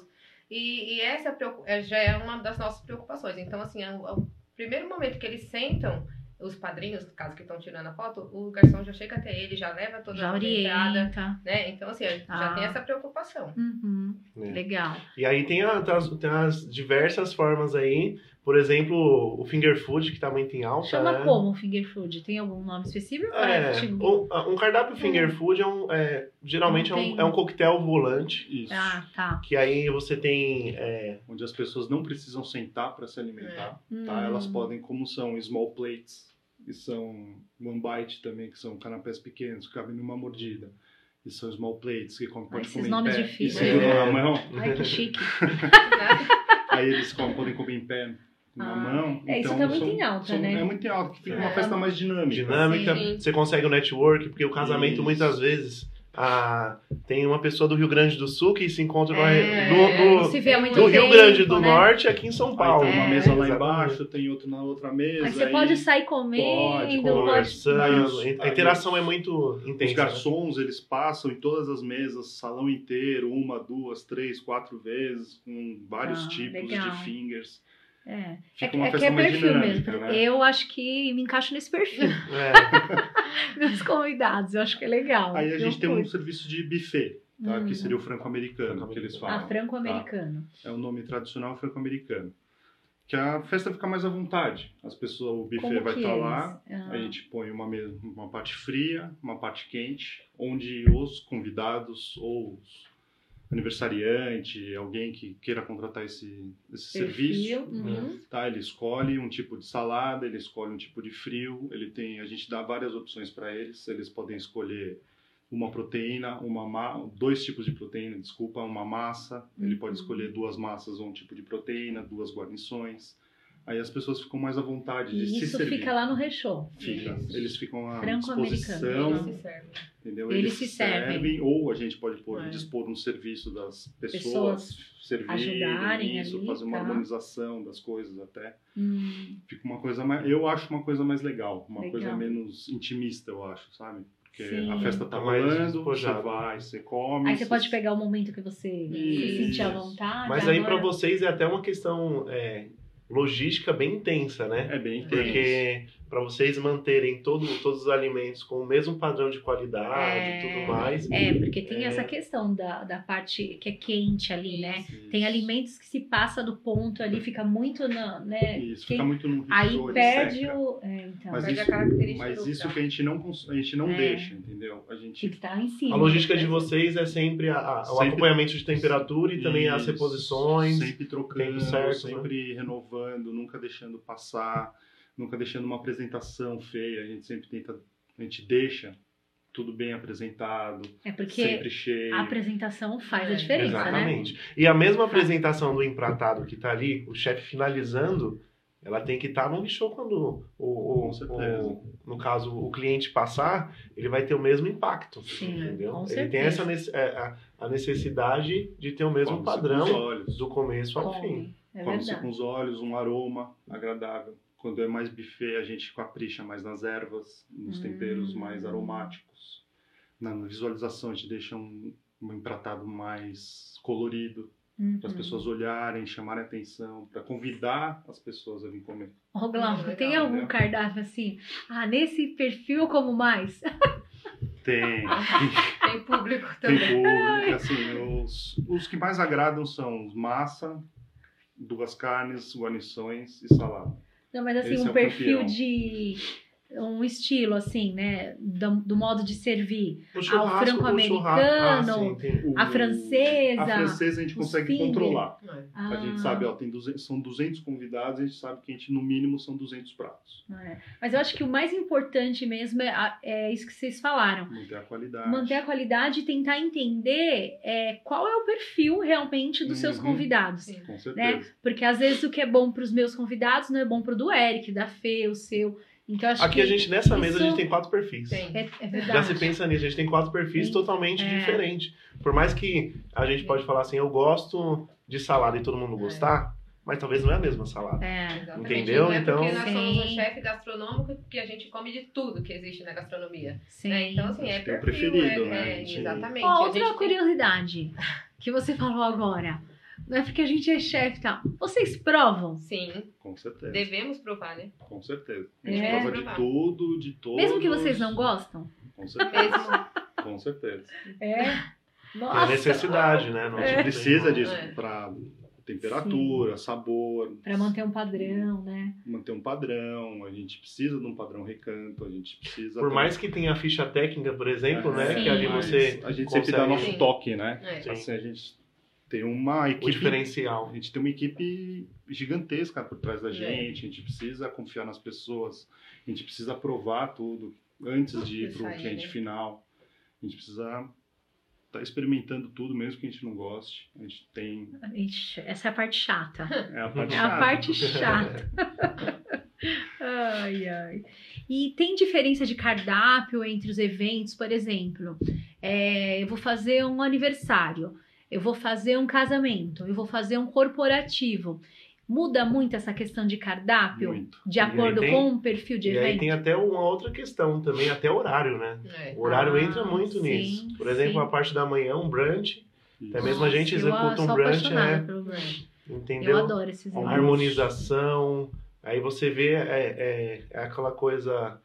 [SPEAKER 2] E, e essa preocu- é- já é uma das nossas preocupações. Então, assim, é o, é o primeiro momento que eles sentam. Os padrinhos, no caso que estão tirando a foto, o garçom já chega até ele, já leva toda
[SPEAKER 1] Já
[SPEAKER 2] a entrada,
[SPEAKER 1] orienta.
[SPEAKER 2] né? Então, assim,
[SPEAKER 1] Ah.
[SPEAKER 2] já tem essa preocupação.
[SPEAKER 1] Uhum,
[SPEAKER 4] É.
[SPEAKER 3] né?
[SPEAKER 1] Legal.
[SPEAKER 3] E aí tem, a- tem as, tem as diversas formas aí. Por exemplo, o finger food, que também tem
[SPEAKER 4] Então,
[SPEAKER 3] alta.
[SPEAKER 1] Chama
[SPEAKER 4] é.
[SPEAKER 3] né?
[SPEAKER 1] como o finger food? Tem algum nome específico?
[SPEAKER 3] É,
[SPEAKER 1] tipo-
[SPEAKER 3] um, um cardápio finger food é um, é, geralmente é
[SPEAKER 1] Não tem.
[SPEAKER 3] um, é um coquetel volante,
[SPEAKER 4] Isso.
[SPEAKER 1] Ah, tá.
[SPEAKER 3] que aí você tem. é,
[SPEAKER 4] Onde as pessoas não precisam sentar para se alimentar,
[SPEAKER 1] Hum.
[SPEAKER 4] tá? Elas podem, como são small plates, que são one bite também, que são canapés pequenos, que cabem numa mordida. E são small plates, que come- pode
[SPEAKER 1] Esses
[SPEAKER 4] comer em
[SPEAKER 1] nomes
[SPEAKER 4] pé.
[SPEAKER 1] difíceis.
[SPEAKER 4] Isso,
[SPEAKER 3] É.
[SPEAKER 4] na mão.
[SPEAKER 1] Ai, que chique.
[SPEAKER 2] Né?
[SPEAKER 4] Aí eles comem- podem comer em pé na
[SPEAKER 1] Ah,
[SPEAKER 4] mão.
[SPEAKER 1] é, isso
[SPEAKER 4] então
[SPEAKER 1] tá muito
[SPEAKER 4] são-
[SPEAKER 1] em alta,
[SPEAKER 4] são-
[SPEAKER 1] né?
[SPEAKER 4] É muito em alta, que fica
[SPEAKER 3] É.
[SPEAKER 4] uma festa mais dinâmica. assim.
[SPEAKER 3] dinâmica,
[SPEAKER 2] Sim.
[SPEAKER 3] você consegue o network, porque o casamento
[SPEAKER 4] Isso.
[SPEAKER 3] muitas vezes ah, tem uma pessoa do Rio Grande do Sul que se encontra no-
[SPEAKER 2] É,
[SPEAKER 3] no,
[SPEAKER 1] Se vê há muito
[SPEAKER 3] do Rio
[SPEAKER 1] tempo,
[SPEAKER 3] Grande do
[SPEAKER 1] né?
[SPEAKER 3] Norte aqui em São
[SPEAKER 4] Aí
[SPEAKER 3] Paulo.
[SPEAKER 4] tem uma
[SPEAKER 2] É.
[SPEAKER 4] mesa lá
[SPEAKER 3] Exatamente.
[SPEAKER 4] embaixo, tem outro na outra mesa.
[SPEAKER 1] Aí você pode sair comendo, pode.
[SPEAKER 3] Conversando,
[SPEAKER 4] Aí os-
[SPEAKER 3] a interação é muito
[SPEAKER 4] Os
[SPEAKER 3] intensa. né?
[SPEAKER 4] garçons, eles passam em todas as mesas, salão inteiro, uma, duas, três, quatro vezes, com vários
[SPEAKER 1] Ah,
[SPEAKER 4] tipos
[SPEAKER 1] legal.
[SPEAKER 4] de fingers.
[SPEAKER 1] É, é,
[SPEAKER 4] Fica
[SPEAKER 1] que-
[SPEAKER 4] uma
[SPEAKER 1] é que
[SPEAKER 4] festa
[SPEAKER 1] é
[SPEAKER 4] mais
[SPEAKER 1] perfil
[SPEAKER 4] dinâmica,
[SPEAKER 1] mesmo.
[SPEAKER 4] né?
[SPEAKER 1] Eu acho que me encaixo nesse perfil,
[SPEAKER 3] É,
[SPEAKER 1] meus convidados. Eu acho que é legal.
[SPEAKER 4] Aí a gente
[SPEAKER 1] Eu
[SPEAKER 4] tem um
[SPEAKER 1] curto.
[SPEAKER 4] serviço de buffet, tá?
[SPEAKER 1] Hum.
[SPEAKER 4] que seria o franco-americano, que eles
[SPEAKER 1] Ah,
[SPEAKER 4] falam.
[SPEAKER 1] franco-americano.
[SPEAKER 4] É o nome tradicional franco-americano. Que a festa fica mais à vontade. As pessoas, o Tá. buffet
[SPEAKER 1] Como
[SPEAKER 4] vai
[SPEAKER 1] que
[SPEAKER 4] estar
[SPEAKER 1] é
[SPEAKER 4] lá,
[SPEAKER 1] esse? Ah,
[SPEAKER 4] A gente põe uma, mesa- uma parte fria, uma parte quente, onde os convidados ou os aniversariante, alguém que queira contratar esse, esse
[SPEAKER 1] perfil,
[SPEAKER 4] serviço,
[SPEAKER 1] uhum.
[SPEAKER 4] tá? Ele escolhe um tipo de salada, ele escolhe um tipo de frio, ele tem, a gente dá várias opções para eles, eles podem escolher uma proteína, uma ma dois tipos de proteína, desculpa, uma massa, ele pode
[SPEAKER 1] Uhum.
[SPEAKER 4] escolher duas massas ou um tipo de proteína, duas guarnições. Aí as pessoas ficam mais à vontade de
[SPEAKER 1] E
[SPEAKER 4] se
[SPEAKER 1] isso
[SPEAKER 4] servir.
[SPEAKER 1] fica lá no recheio.
[SPEAKER 4] Fica.
[SPEAKER 2] Isso.
[SPEAKER 4] Eles ficam à
[SPEAKER 1] Franco-americano. né?
[SPEAKER 2] Eles
[SPEAKER 4] disposição,
[SPEAKER 2] se servem.
[SPEAKER 4] entendeu?
[SPEAKER 1] Eles se servem.
[SPEAKER 4] ou a gente pode pôr,
[SPEAKER 1] É.
[SPEAKER 4] dispor um serviço das pessoas,
[SPEAKER 1] Pessoas
[SPEAKER 4] servirem,
[SPEAKER 1] ajudarem
[SPEAKER 4] isso,
[SPEAKER 1] ali,
[SPEAKER 4] fazer uma
[SPEAKER 1] tá.
[SPEAKER 4] harmonização das coisas até.
[SPEAKER 1] Hum,
[SPEAKER 4] Fica uma coisa mais, eu acho uma coisa mais legal, uma
[SPEAKER 1] Legal.
[SPEAKER 4] coisa menos intimista, eu acho, sabe? Porque
[SPEAKER 1] Sim.
[SPEAKER 4] a festa tá
[SPEAKER 3] Tá mais
[SPEAKER 4] rolando, você
[SPEAKER 3] despojada.
[SPEAKER 4] vai, você come.
[SPEAKER 1] Aí você pode pegar o momento que você se
[SPEAKER 4] Isso.
[SPEAKER 1] sentir à vontade.
[SPEAKER 3] Mas aí
[SPEAKER 1] agora-
[SPEAKER 3] para vocês é até uma questão é, logística bem intensa, né?
[SPEAKER 4] É bem intenso.
[SPEAKER 3] Porque para vocês manterem todo, todos os alimentos com o mesmo padrão de qualidade e
[SPEAKER 1] É.
[SPEAKER 3] tudo mais.
[SPEAKER 1] É, porque tem
[SPEAKER 3] É.
[SPEAKER 1] essa questão da, da parte que é quente ali, né?
[SPEAKER 4] Isso.
[SPEAKER 1] Tem alimentos que se passa do ponto ali, fica muito na, né?
[SPEAKER 4] Isso,
[SPEAKER 1] Quem-
[SPEAKER 4] fica muito num ritmo
[SPEAKER 1] Aí
[SPEAKER 4] de
[SPEAKER 1] perde
[SPEAKER 4] seca.
[SPEAKER 1] o. É, então.
[SPEAKER 4] Mas
[SPEAKER 2] Perde a
[SPEAKER 4] isso-
[SPEAKER 2] característica
[SPEAKER 4] Mas
[SPEAKER 2] do
[SPEAKER 4] isso
[SPEAKER 2] grau.
[SPEAKER 4] que a gente não, cons- a gente não
[SPEAKER 1] É.
[SPEAKER 4] deixa, entendeu? A
[SPEAKER 1] Tem
[SPEAKER 4] gente
[SPEAKER 1] que estar em cima.
[SPEAKER 3] A logística de vocês é sempre a- a- o
[SPEAKER 4] Sempre-
[SPEAKER 3] acompanhamento de temperatura e também as
[SPEAKER 4] Isso,
[SPEAKER 3] reposições.
[SPEAKER 4] Sempre trocando,
[SPEAKER 3] tempo certo, né?
[SPEAKER 4] sempre renovando, nunca deixando passar, nunca deixando uma apresentação feia. A gente sempre tenta, a gente deixa tudo bem apresentado,
[SPEAKER 1] É porque
[SPEAKER 4] sempre cheio.
[SPEAKER 1] a apresentação faz a
[SPEAKER 2] É.
[SPEAKER 1] diferença, né?
[SPEAKER 3] Exatamente. E a mesma apresentação do empratado que tá ali, o chefe finalizando, ela tem que estar no show quando o, o-
[SPEAKER 4] Com certeza.
[SPEAKER 3] o- no caso o cliente passar, ele vai ter o mesmo impacto,
[SPEAKER 1] Sim,
[SPEAKER 3] entendeu?
[SPEAKER 1] com
[SPEAKER 3] ele tem
[SPEAKER 1] certeza.
[SPEAKER 3] essa nece- é, a, a necessidade de ter o mesmo
[SPEAKER 4] Come-se com os
[SPEAKER 3] padrão
[SPEAKER 4] olhos,
[SPEAKER 3] do começo ao fim.
[SPEAKER 1] Come. É
[SPEAKER 4] come-se com
[SPEAKER 1] verdade.
[SPEAKER 4] os olhos, um aroma agradável. Quando é mais buffet, a gente capricha mais nas ervas, nos
[SPEAKER 1] Hum.
[SPEAKER 4] temperos mais aromáticos. Na visualização, a gente deixa um, um empratado mais colorido. para as
[SPEAKER 1] Uhum.
[SPEAKER 4] pessoas olharem, chamarem atenção, para convidar as pessoas a vir comer.
[SPEAKER 1] Ô, Glauco,
[SPEAKER 2] Legal,
[SPEAKER 1] tem algum
[SPEAKER 4] né?
[SPEAKER 1] cardápio assim? Ah, nesse perfil eu como mais?
[SPEAKER 4] Tem,
[SPEAKER 1] Ah,
[SPEAKER 2] Tem público
[SPEAKER 4] tem
[SPEAKER 2] também.
[SPEAKER 4] público, assim, os, os que mais agradam são massa, duas carnes, guarnições e salada.
[SPEAKER 1] Não, mas assim,
[SPEAKER 4] Esse
[SPEAKER 1] um
[SPEAKER 4] é o
[SPEAKER 1] perfil
[SPEAKER 4] campeão.
[SPEAKER 1] de. Um estilo, assim, né? Do, do modo de servir.
[SPEAKER 3] O Ah,
[SPEAKER 1] franco-americano,
[SPEAKER 3] tem-
[SPEAKER 4] O-
[SPEAKER 1] A francesa.
[SPEAKER 4] A francesa a gente
[SPEAKER 1] os
[SPEAKER 4] consegue
[SPEAKER 1] finger.
[SPEAKER 4] controlar.
[SPEAKER 1] Ah,
[SPEAKER 4] A gente sabe, ó, tem 200, são 200 convidados, a gente sabe que a gente, no mínimo, são 200 pratos.
[SPEAKER 1] é. Mas eu acho que o mais importante mesmo é, a- é isso que vocês falaram.
[SPEAKER 4] Manter a qualidade.
[SPEAKER 1] Manter a qualidade e tentar entender é, qual é o perfil realmente dos seus
[SPEAKER 4] Uhum.
[SPEAKER 1] convidados.
[SPEAKER 2] Sim.
[SPEAKER 4] Com
[SPEAKER 1] né?
[SPEAKER 4] certeza.
[SPEAKER 1] Porque às vezes o que é bom para os meus convidados não é bom para o do Eric, da Fê, o seu. Então eu acho
[SPEAKER 3] Aqui
[SPEAKER 1] que
[SPEAKER 3] a gente nessa mesa a
[SPEAKER 1] isso-
[SPEAKER 3] gente tem quatro perfis.
[SPEAKER 2] Tem.
[SPEAKER 1] é, é verdade.
[SPEAKER 3] Já se pensa nisso, a gente tem quatro perfis
[SPEAKER 1] Sim.
[SPEAKER 3] totalmente
[SPEAKER 1] É.
[SPEAKER 3] diferentes. Por mais que a gente pode falar assim, eu gosto de salada e todo mundo
[SPEAKER 2] É.
[SPEAKER 3] gostar, mas talvez não é a mesma salada.
[SPEAKER 1] É.
[SPEAKER 2] Exatamente.
[SPEAKER 3] Entendeu?
[SPEAKER 2] Não é porque
[SPEAKER 3] Então-
[SPEAKER 2] nós somos um
[SPEAKER 1] Sim.
[SPEAKER 2] chefe gastronômico que a gente come de tudo que existe na gastronomia.
[SPEAKER 1] Sim.
[SPEAKER 2] né? Então, assim,
[SPEAKER 4] Acho
[SPEAKER 2] é
[SPEAKER 4] que é o
[SPEAKER 2] perfil.
[SPEAKER 4] preferido,
[SPEAKER 2] é,
[SPEAKER 4] né?
[SPEAKER 2] é,
[SPEAKER 4] A gente-
[SPEAKER 2] Exatamente.
[SPEAKER 1] Ó,
[SPEAKER 2] A
[SPEAKER 1] outra
[SPEAKER 2] gente tem-
[SPEAKER 1] curiosidade que você falou agora. Não é porque a gente é chefe e tal. Vocês provam?
[SPEAKER 2] Sim,
[SPEAKER 4] Com certeza.
[SPEAKER 2] devemos provar, né?
[SPEAKER 4] Com certeza. A gente
[SPEAKER 1] É.
[SPEAKER 4] prova de tudo, de todos.
[SPEAKER 1] Mesmo que vocês não gostem?
[SPEAKER 4] Com certeza.
[SPEAKER 2] Mesmo. né?
[SPEAKER 4] Com certeza.
[SPEAKER 1] É.
[SPEAKER 3] É
[SPEAKER 1] Nossa.
[SPEAKER 3] necessidade, né? Não
[SPEAKER 4] A gente
[SPEAKER 3] tem
[SPEAKER 4] precisa
[SPEAKER 3] como-
[SPEAKER 4] disso
[SPEAKER 2] É.
[SPEAKER 4] para temperatura, sabor,
[SPEAKER 1] Pra manter um padrão, né?
[SPEAKER 4] manter um padrão. A gente precisa de um padrão recanto, a gente precisa.
[SPEAKER 3] Por mais que tenha a ficha técnica, por exemplo, né?
[SPEAKER 1] Sim.
[SPEAKER 3] Que ali
[SPEAKER 4] Mas
[SPEAKER 3] você.
[SPEAKER 4] A gente
[SPEAKER 3] consegue-
[SPEAKER 4] sempre dá nosso
[SPEAKER 2] Sim.
[SPEAKER 4] toque, né?
[SPEAKER 2] É.
[SPEAKER 3] Sim.
[SPEAKER 4] Assim, a gente tem uma
[SPEAKER 3] O
[SPEAKER 4] equipe.
[SPEAKER 3] diferencial.
[SPEAKER 4] A gente tem uma equipe gigantesca por trás da
[SPEAKER 2] É.
[SPEAKER 4] gente, a gente precisa confiar nas pessoas, a gente precisa provar tudo antes de ir
[SPEAKER 2] Isso
[SPEAKER 4] pro
[SPEAKER 2] aí,
[SPEAKER 4] cliente
[SPEAKER 2] né?
[SPEAKER 4] final. A gente precisa estar experimentando tudo, mesmo que a gente não goste. A gente tem
[SPEAKER 1] Ixi, essa é a parte chata.
[SPEAKER 4] É a parte
[SPEAKER 1] É
[SPEAKER 4] chata.
[SPEAKER 1] a parte chata. ai, ai. E tem diferença de cardápio entre os eventos, por exemplo. é, eu vou fazer um aniversário, eu vou fazer um casamento, eu vou fazer um corporativo. Muda muito essa questão de cardápio
[SPEAKER 4] Muito.
[SPEAKER 1] de
[SPEAKER 3] E aí
[SPEAKER 1] acordo
[SPEAKER 3] tem-
[SPEAKER 1] com o perfil de
[SPEAKER 3] E aí
[SPEAKER 1] evento?
[SPEAKER 3] tem até uma outra questão também, até horário, né?
[SPEAKER 2] É.
[SPEAKER 3] O horário
[SPEAKER 1] Ah,
[SPEAKER 3] entra muito
[SPEAKER 1] sim,
[SPEAKER 3] nisso. Por exemplo,
[SPEAKER 1] sim.
[SPEAKER 3] a parte da manhã, um brunch, até é mesmo a
[SPEAKER 1] Nossa,
[SPEAKER 3] gente
[SPEAKER 1] eu, ah,
[SPEAKER 3] executa
[SPEAKER 1] sou
[SPEAKER 3] um brunch,
[SPEAKER 1] apaixonada
[SPEAKER 3] né?
[SPEAKER 1] pelo brunch.
[SPEAKER 3] Entendeu?
[SPEAKER 1] Eu adoro esses
[SPEAKER 3] Uma
[SPEAKER 1] eventos.
[SPEAKER 4] Almoço.
[SPEAKER 3] harmonização. Aí você vê é, é, é aquela coisa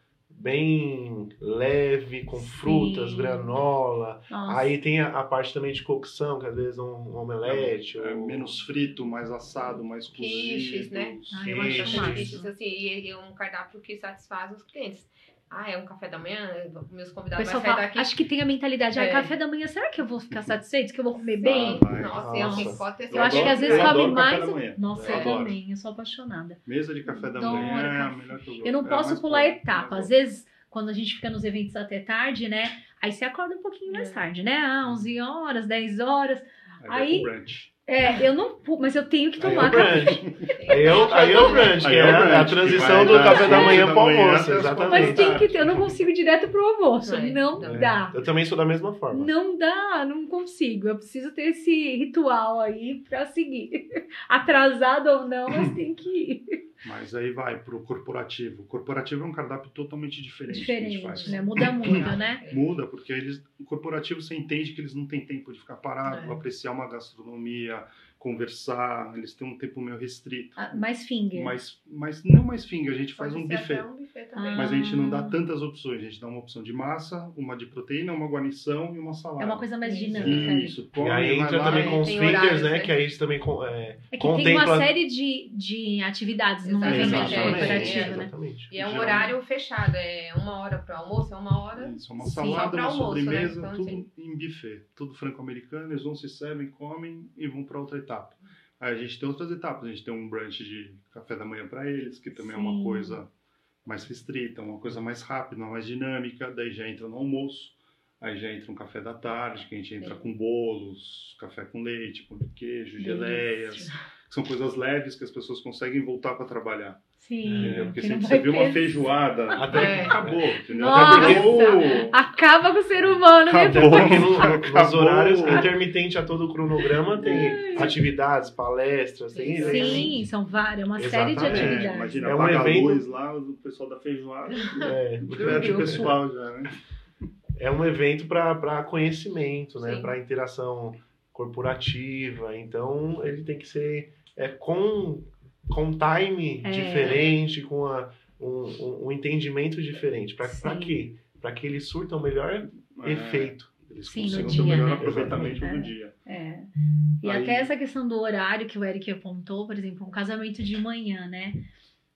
[SPEAKER 3] bem leve, com
[SPEAKER 1] Sim.
[SPEAKER 3] frutas, granola.
[SPEAKER 1] Nossa.
[SPEAKER 3] Aí tem a, a parte também de cocção, que às vezes é um omelete.
[SPEAKER 4] É
[SPEAKER 3] ou...
[SPEAKER 4] menos frito, mais assado, mais
[SPEAKER 2] Quiches,
[SPEAKER 4] cozido.
[SPEAKER 2] né?
[SPEAKER 1] Ai, eu
[SPEAKER 3] Sim,
[SPEAKER 1] acho
[SPEAKER 3] sim.
[SPEAKER 2] Essas
[SPEAKER 1] massa.
[SPEAKER 2] listas, assim, e, e um cardápio que satisfaz os clientes. Ah, é um café da manhã? Meus
[SPEAKER 1] O
[SPEAKER 2] convidados vão
[SPEAKER 1] pessoal
[SPEAKER 2] sair
[SPEAKER 1] fala,
[SPEAKER 2] daqui.
[SPEAKER 1] acho que tem a mentalidade, ah,
[SPEAKER 2] É.
[SPEAKER 1] café da manhã, será que eu vou ficar satisfeito? Que eu vou comer
[SPEAKER 2] Sim.
[SPEAKER 1] bem?
[SPEAKER 4] Vai.
[SPEAKER 2] Nossa, e assim,
[SPEAKER 3] Nossa.
[SPEAKER 2] pode ter
[SPEAKER 1] Eu acho que
[SPEAKER 4] adoro-
[SPEAKER 1] às vezes
[SPEAKER 4] eu
[SPEAKER 1] come
[SPEAKER 4] adoro café da
[SPEAKER 1] mais.
[SPEAKER 4] manhã.
[SPEAKER 1] Nossa, eu
[SPEAKER 2] É.
[SPEAKER 1] também, eu sou apaixonada.
[SPEAKER 4] Mesa de café da
[SPEAKER 1] Adoro
[SPEAKER 4] manhã,
[SPEAKER 1] café.
[SPEAKER 4] é melhor que eu gosto.
[SPEAKER 1] Eu não
[SPEAKER 4] É
[SPEAKER 1] posso
[SPEAKER 4] mais
[SPEAKER 1] pular
[SPEAKER 4] bom,
[SPEAKER 1] etapa. Às
[SPEAKER 4] mais
[SPEAKER 1] vezes, quando a gente fica nos eventos até tarde, né? Aí você acorda um pouquinho mais
[SPEAKER 2] É.
[SPEAKER 1] tarde, né? Ah, 11 horas, 10 horas.
[SPEAKER 4] bom. Aí,
[SPEAKER 1] Aí-
[SPEAKER 4] vai pro brunch.
[SPEAKER 1] É, eu não, pu- mas eu tenho que
[SPEAKER 3] Aí é
[SPEAKER 1] tomar
[SPEAKER 3] o
[SPEAKER 1] café.
[SPEAKER 3] brunch. Aí é o, aí é o brunch, que
[SPEAKER 4] Aí
[SPEAKER 3] é,
[SPEAKER 4] é o brunch,
[SPEAKER 3] a
[SPEAKER 4] que
[SPEAKER 3] transição
[SPEAKER 4] vai
[SPEAKER 3] do
[SPEAKER 4] das
[SPEAKER 3] café da
[SPEAKER 4] oito
[SPEAKER 3] manhã
[SPEAKER 4] da
[SPEAKER 3] pro
[SPEAKER 4] manhã
[SPEAKER 3] almoço,
[SPEAKER 4] até as quatro da
[SPEAKER 3] exatamente.
[SPEAKER 1] Mas tem que ter, eu não consigo ir direto pro almoço.
[SPEAKER 2] É,
[SPEAKER 1] Não
[SPEAKER 2] não.
[SPEAKER 1] dá.
[SPEAKER 3] Eu também sou da mesma forma.
[SPEAKER 1] Não dá, não consigo. Eu preciso ter esse ritual aí pra seguir. Atrasado ou não, mas tem que ir.
[SPEAKER 4] Mas aí vai pro corporativo. O corporativo é um cardápio totalmente diferente, que a gente
[SPEAKER 1] Diferente,
[SPEAKER 4] É faz.
[SPEAKER 1] né? Muda muito, né?
[SPEAKER 4] Muda, porque eles, o corporativo você entende que eles não têm tempo de ficar parado,
[SPEAKER 2] É.
[SPEAKER 4] apreciar uma gastronomia conversar, eles têm um tempo meio restrito.
[SPEAKER 1] Ah, mais finger.
[SPEAKER 4] Mas, mas não mais finger, a gente faz
[SPEAKER 2] Pode
[SPEAKER 4] um
[SPEAKER 2] ser
[SPEAKER 4] buffet.
[SPEAKER 2] até um buffet também.
[SPEAKER 1] Ah.
[SPEAKER 4] Mas a gente não dá tantas opções, a gente dá uma opção de massa, uma de proteína, uma guarnição e uma salada.
[SPEAKER 1] É uma coisa mais
[SPEAKER 2] Isso.
[SPEAKER 1] dinâmica. né? ali.
[SPEAKER 4] Isso,
[SPEAKER 3] E
[SPEAKER 4] come,
[SPEAKER 3] aí
[SPEAKER 4] vai
[SPEAKER 3] entra
[SPEAKER 4] lá,
[SPEAKER 3] também com os
[SPEAKER 2] tem
[SPEAKER 3] fingers,
[SPEAKER 2] horários,
[SPEAKER 3] né?
[SPEAKER 2] né?
[SPEAKER 3] Que aí a gente também com- é,
[SPEAKER 1] É que tem uma
[SPEAKER 3] Contempla-
[SPEAKER 1] série de, de atividades, não
[SPEAKER 2] Exatamente,
[SPEAKER 1] tem
[SPEAKER 2] é,
[SPEAKER 1] só corporativo,
[SPEAKER 2] exatamente.
[SPEAKER 1] né?
[SPEAKER 3] exatamente.
[SPEAKER 2] E é um
[SPEAKER 4] Geralmente-
[SPEAKER 2] horário fechado, é uma hora para almoço, é uma hora.
[SPEAKER 4] Isso, uma
[SPEAKER 1] Sim.
[SPEAKER 2] Só
[SPEAKER 4] salada,
[SPEAKER 2] pra
[SPEAKER 4] uma
[SPEAKER 2] almoço, né?
[SPEAKER 4] sobremesa,
[SPEAKER 2] Então,
[SPEAKER 4] tudo
[SPEAKER 2] assim.
[SPEAKER 4] em buffet. Tudo franco-americano, eles vão, se servem, comem e vão para outra etapa. Aí a gente tem outras etapas, a gente tem um brunch de café da manhã para eles, que também é
[SPEAKER 1] Sim.
[SPEAKER 4] uma coisa mais restrita, uma coisa mais rápida, uma mais dinâmica, daí já entra no almoço, aí já entra um café da tarde, que a gente entra
[SPEAKER 2] Sim.
[SPEAKER 4] com bolos, café com leite, pão de queijo, geleias, que são coisas leves que as pessoas conseguem voltar para trabalhar.
[SPEAKER 1] Sim.
[SPEAKER 4] entendeu? É, Porque
[SPEAKER 1] que
[SPEAKER 4] se
[SPEAKER 1] não
[SPEAKER 4] você
[SPEAKER 1] vai
[SPEAKER 4] viu uma
[SPEAKER 1] ter-
[SPEAKER 4] feijoada,
[SPEAKER 3] Até-
[SPEAKER 4] É, acabou, entendeu?
[SPEAKER 1] Nossa!
[SPEAKER 4] Até porque o-
[SPEAKER 1] Acaba com o ser humano, né?
[SPEAKER 3] Até
[SPEAKER 4] Acabou.
[SPEAKER 3] porque no- nos
[SPEAKER 4] Acabou.
[SPEAKER 3] horários é intermitente a todo o cronograma tem atividades, palestras, tem
[SPEAKER 2] Sim.
[SPEAKER 3] eventos.
[SPEAKER 1] Sim, são várias, é uma série de
[SPEAKER 3] Exatamente.
[SPEAKER 1] atividades.
[SPEAKER 4] Imagina,
[SPEAKER 3] É um
[SPEAKER 4] apaga
[SPEAKER 3] evento-
[SPEAKER 4] a luz lá, o pessoal da feijoada,
[SPEAKER 3] É,
[SPEAKER 4] perde o pessoal já, né?
[SPEAKER 3] é um evento para conhecimento, né?
[SPEAKER 2] Sim.
[SPEAKER 3] Para interação corporativa. Então ele tem que ser é, com com time
[SPEAKER 1] É.
[SPEAKER 3] diferente, com a- um, um- um entendimento diferente. Para
[SPEAKER 1] Sim.
[SPEAKER 3] quê? Para que ele surta o melhor efeito.
[SPEAKER 4] É, eles
[SPEAKER 1] Sim,
[SPEAKER 4] conseguem
[SPEAKER 1] no
[SPEAKER 4] ter o
[SPEAKER 1] dia,
[SPEAKER 4] melhor
[SPEAKER 1] né?
[SPEAKER 4] aproveitamento
[SPEAKER 1] Exatamente.
[SPEAKER 4] do dia.
[SPEAKER 1] É. E
[SPEAKER 4] Aí-
[SPEAKER 1] até essa questão do horário que o Eric apontou, por exemplo, um casamento de manhã, né?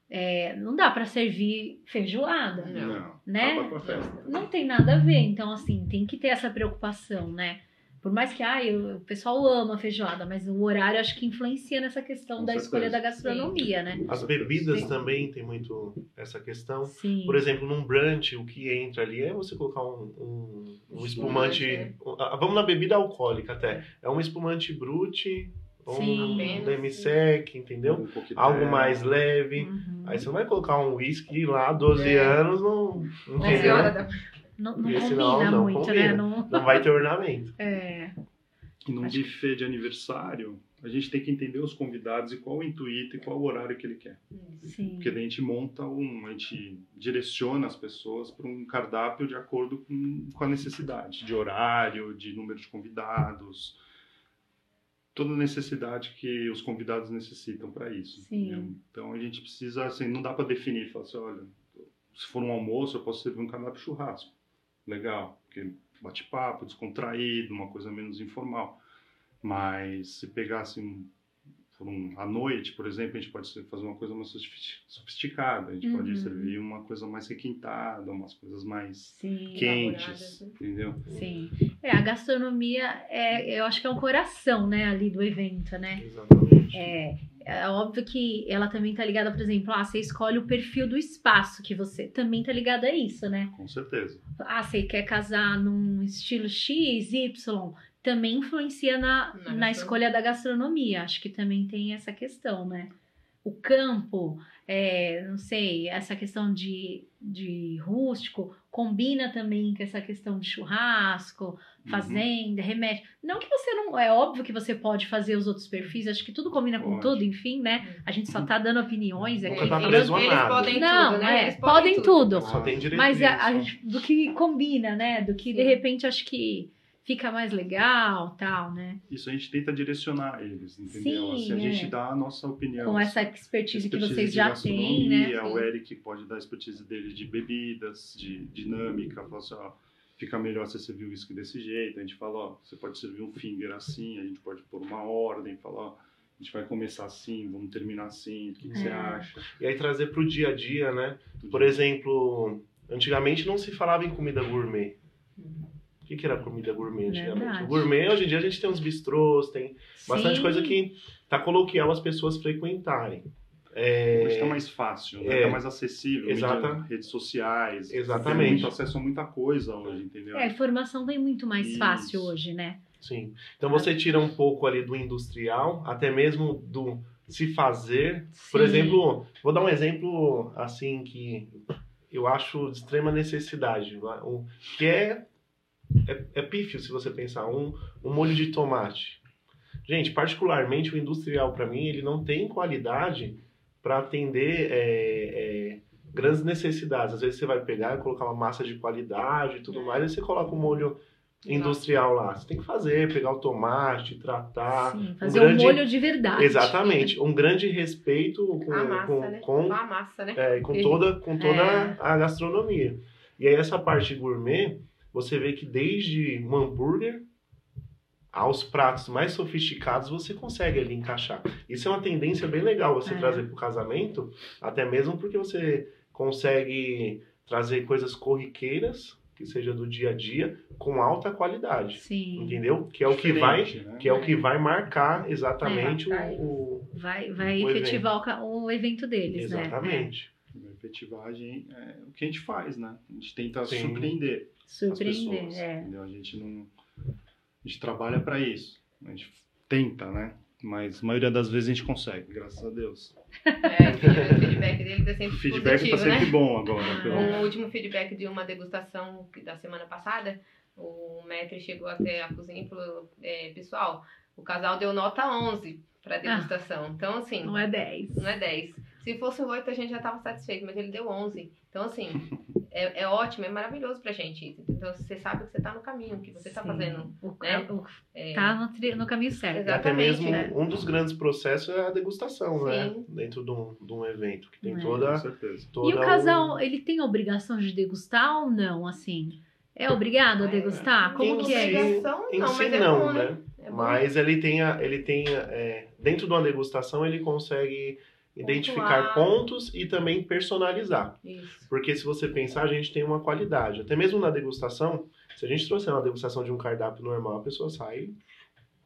[SPEAKER 1] É, não dá pra servir feijoada,
[SPEAKER 2] Não.
[SPEAKER 1] Né?
[SPEAKER 4] acaba com a festa.
[SPEAKER 1] não tem nada a ver. Então, assim, tem que ter essa preocupação, né? Por mais que ai, o o pessoal ama feijoada, mas o horário acho que influencia nessa questão
[SPEAKER 4] Com
[SPEAKER 1] da
[SPEAKER 4] certeza.
[SPEAKER 1] escolha da gastronomia, né?
[SPEAKER 3] As bebidas
[SPEAKER 1] Sim.
[SPEAKER 3] também tem muito essa questão.
[SPEAKER 1] Sim.
[SPEAKER 3] Por exemplo, num brunch, o que entra ali é você colocar um, um- um
[SPEAKER 2] Espumante,
[SPEAKER 1] né?
[SPEAKER 3] espumante. um- ah, vamos na bebida alcoólica até. É um espumante brute, ou um
[SPEAKER 1] Sim.
[SPEAKER 3] demi-sec, entendeu?
[SPEAKER 4] Um coquetel.
[SPEAKER 3] Algo mais leve.
[SPEAKER 1] Uhum.
[SPEAKER 3] Aí você não vai colocar um whisky lá, 12
[SPEAKER 2] É.
[SPEAKER 3] anos, não.
[SPEAKER 2] Onze
[SPEAKER 3] Entendeu?
[SPEAKER 2] horas da
[SPEAKER 1] Não, não
[SPEAKER 3] Esse não,
[SPEAKER 1] combina
[SPEAKER 3] não
[SPEAKER 1] muito, né?
[SPEAKER 3] combina.
[SPEAKER 1] Não...
[SPEAKER 3] Não vai ter ornamento.
[SPEAKER 1] É.
[SPEAKER 4] E num
[SPEAKER 1] Acho
[SPEAKER 4] buffet de aniversário, a gente tem que entender os convidados e qual o intuito e qual o horário que ele quer.
[SPEAKER 1] Sim.
[SPEAKER 4] Porque daí a gente monta um, a gente direciona as pessoas para um cardápio de acordo com, com a necessidade, de horário, de número de convidados, toda a necessidade que os convidados necessitam para isso.
[SPEAKER 1] Sim.
[SPEAKER 4] entendeu? Então a gente precisa, assim, não dá para definir, falar assim, olha, se for um almoço eu posso servir um cardápio churrasco, legal, porque bate-papo, descontraído, uma coisa menos informal. Mas se pegasse um por um, à noite, por exemplo, a gente pode ser- fazer uma coisa mais sofisti- sofisticada, a gente
[SPEAKER 1] Uhum.
[SPEAKER 4] pode servir uma coisa mais requintada, umas coisas mais
[SPEAKER 1] Sim.
[SPEAKER 2] elaboradas,
[SPEAKER 4] quentes,
[SPEAKER 2] né?
[SPEAKER 4] entendeu?
[SPEAKER 1] Sim. É, a gastronomia, é, eu acho que é o coração, né, ali do evento, né?
[SPEAKER 3] Exatamente.
[SPEAKER 1] É, é óbvio que ela também tá ligada, por exemplo, ah, você escolhe o perfil do espaço que você também tá ligada a isso, né?
[SPEAKER 4] Com certeza.
[SPEAKER 1] Ah, você quer casar num estilo X, Y, também influencia na,
[SPEAKER 2] Na
[SPEAKER 1] na,
[SPEAKER 2] gastronomia.
[SPEAKER 1] escolha da gastronomia. Acho que também tem essa questão, né? O campo, é, não sei, essa questão de, de rústico combina também com essa questão de churrasco
[SPEAKER 4] Uhum.
[SPEAKER 1] fazenda, remédio. Não que você não. É óbvio que você pode fazer os outros perfis, acho que tudo combina com
[SPEAKER 4] Pode.
[SPEAKER 1] tudo, enfim, né? A gente só tá dando opiniões
[SPEAKER 3] Nunca
[SPEAKER 1] aqui.
[SPEAKER 3] tá
[SPEAKER 2] Eles,
[SPEAKER 3] preso a
[SPEAKER 2] eles
[SPEAKER 3] nada.
[SPEAKER 2] podem
[SPEAKER 1] não,
[SPEAKER 2] tudo, né?
[SPEAKER 1] é,
[SPEAKER 2] Eles
[SPEAKER 1] podem tudo.
[SPEAKER 3] Só tem direito.
[SPEAKER 1] Mas é, a- a gente- do que combina, né? Do que de
[SPEAKER 2] Sim.
[SPEAKER 1] repente acho que fica mais legal, tal, né?
[SPEAKER 4] Isso a gente tenta direcionar eles, entendeu?
[SPEAKER 1] Sim,
[SPEAKER 4] assim, a
[SPEAKER 1] é.
[SPEAKER 4] gente dá a nossa
[SPEAKER 3] É,
[SPEAKER 4] opinião.
[SPEAKER 1] Com essa expertise, que vocês já têm, né?
[SPEAKER 4] O Eric pode dar a expertise dele de bebidas, de dinâmica, falar assim, ó, fica melhor você servir o uísque desse jeito. A gente fala, ó, você pode servir um finger assim, a gente pode pôr uma ordem, falar, ó, a gente vai começar assim, vamos terminar assim, o que, que você
[SPEAKER 1] É.
[SPEAKER 4] acha?
[SPEAKER 3] E aí trazer pro dia a dia, né?
[SPEAKER 4] Tudo
[SPEAKER 3] Por exemplo, antigamente não se falava em comida gourmet. O que, que era comida gourmet antigamente?
[SPEAKER 1] Verdade.
[SPEAKER 3] O Gourmet, hoje em dia, a gente tem uns bistrôs, tem bastante
[SPEAKER 1] Sim.
[SPEAKER 3] coisa que tá coloquial as pessoas frequentarem. É,
[SPEAKER 4] Hoje tá mais fácil,
[SPEAKER 3] é.
[SPEAKER 4] né? Tá mais acessível,
[SPEAKER 3] Exata-
[SPEAKER 4] mídia, redes sociais.
[SPEAKER 3] Exatamente.
[SPEAKER 4] Tem muito acesso a muita coisa hoje, entendeu?
[SPEAKER 1] É, a informação vem muito mais
[SPEAKER 4] Isso.
[SPEAKER 1] fácil hoje, né?
[SPEAKER 3] Sim. Então você tira um pouco ali do industrial, até mesmo do se fazer. Por
[SPEAKER 1] Sim.
[SPEAKER 3] exemplo, vou dar um exemplo assim que eu acho de extrema necessidade. O que é, é, é pífio se você pensar, um, um molho de tomate. Gente, particularmente o industrial, para mim, ele não tem qualidade para atender é, é,
[SPEAKER 1] É.
[SPEAKER 3] grandes necessidades. Às vezes você vai pegar e colocar uma massa de qualidade e tudo mais, aí você coloca um molho industrial lá. Você tem que fazer, pegar o tomate, tratar.
[SPEAKER 1] Sim, fazer um,
[SPEAKER 3] grande-
[SPEAKER 1] molho de verdade.
[SPEAKER 3] Exatamente. Um grande respeito com,
[SPEAKER 2] A massa,
[SPEAKER 3] com,
[SPEAKER 2] né?
[SPEAKER 3] com,
[SPEAKER 2] a massa, né?
[SPEAKER 3] é, e com toda, com toda a gastronomia. E aí essa parte gourmet, você vê que desde um hambúrguer aos pratos mais sofisticados você consegue ali encaixar. Isso é uma tendência bem legal você
[SPEAKER 1] É.
[SPEAKER 3] trazer para o casamento, até mesmo porque você consegue trazer coisas corriqueiras, que seja do dia a dia, com alta qualidade.
[SPEAKER 1] Sim.
[SPEAKER 3] Entendeu? Que é o que vai
[SPEAKER 4] Diferente, né?
[SPEAKER 3] que é o que vai marcar exatamente
[SPEAKER 2] É.
[SPEAKER 3] o, o-
[SPEAKER 1] Vai, vai
[SPEAKER 3] O
[SPEAKER 1] efetivar o ca- o, evento deles, né?
[SPEAKER 3] Um exatamente.
[SPEAKER 2] É,
[SPEAKER 4] A efetivagem é o que a gente faz, né? A gente tenta
[SPEAKER 3] Sim.
[SPEAKER 4] surpreender
[SPEAKER 1] É.
[SPEAKER 4] as
[SPEAKER 1] Surpreender.
[SPEAKER 4] pessoas.
[SPEAKER 1] é.
[SPEAKER 4] entendeu? A gente não. A gente trabalha para isso. A gente tenta, né? Mas a maioria das vezes a gente consegue, graças a Deus.
[SPEAKER 2] É, enfim, o feedback deles é
[SPEAKER 4] O
[SPEAKER 2] sempre
[SPEAKER 4] feedback
[SPEAKER 2] positivo,
[SPEAKER 4] tá
[SPEAKER 2] né?
[SPEAKER 4] sempre bom agora. pelo menos.
[SPEAKER 2] O último feedback de uma degustação que- da semana passada, o mestre chegou até a cozinha e falou, é, pessoal, o casal deu nota 11
[SPEAKER 1] Ah.
[SPEAKER 2] para degustação. Então, assim,
[SPEAKER 1] Não é 10.
[SPEAKER 2] não é 10. Se fosse 8, a gente já estava satisfeito, mas ele deu 11. Então, assim, é, é ótimo, é maravilhoso pra gente. isso. Então, você sabe que você tá no caminho, que você tá
[SPEAKER 1] Sim.
[SPEAKER 2] fazendo.
[SPEAKER 1] O,
[SPEAKER 2] né?
[SPEAKER 1] o-
[SPEAKER 2] é,
[SPEAKER 1] tá no, tri- no caminho certo.
[SPEAKER 2] Exato.
[SPEAKER 3] Até
[SPEAKER 2] Exatamente,
[SPEAKER 3] mesmo
[SPEAKER 2] né?
[SPEAKER 3] um dos grandes processos é a degustação,
[SPEAKER 2] Sim.
[SPEAKER 3] né? Dentro de um, de um evento, que tem
[SPEAKER 1] É.
[SPEAKER 4] Com
[SPEAKER 3] toda,
[SPEAKER 4] certeza.
[SPEAKER 3] toda.
[SPEAKER 1] e o casal, ele tem obrigação de degustar ou não, assim? É obrigado a
[SPEAKER 2] É.
[SPEAKER 1] degustar? Como
[SPEAKER 3] Em
[SPEAKER 1] que é
[SPEAKER 3] si,
[SPEAKER 1] isso?
[SPEAKER 2] Obrigação,
[SPEAKER 3] Em
[SPEAKER 2] não,
[SPEAKER 3] si,
[SPEAKER 2] mas é
[SPEAKER 3] não,
[SPEAKER 2] bom, né?
[SPEAKER 3] um né?
[SPEAKER 2] É bom.
[SPEAKER 3] Mas ele tem. a- Ele tem a- é, dentro de uma degustação, ele consegue identificar
[SPEAKER 2] Pontuar.
[SPEAKER 3] pontos e também personalizar.
[SPEAKER 2] Isso.
[SPEAKER 3] Porque se você pensar, a gente tem uma qualidade. Até mesmo na degustação, se a gente trouxer uma degustação de um cardápio normal, a pessoa sai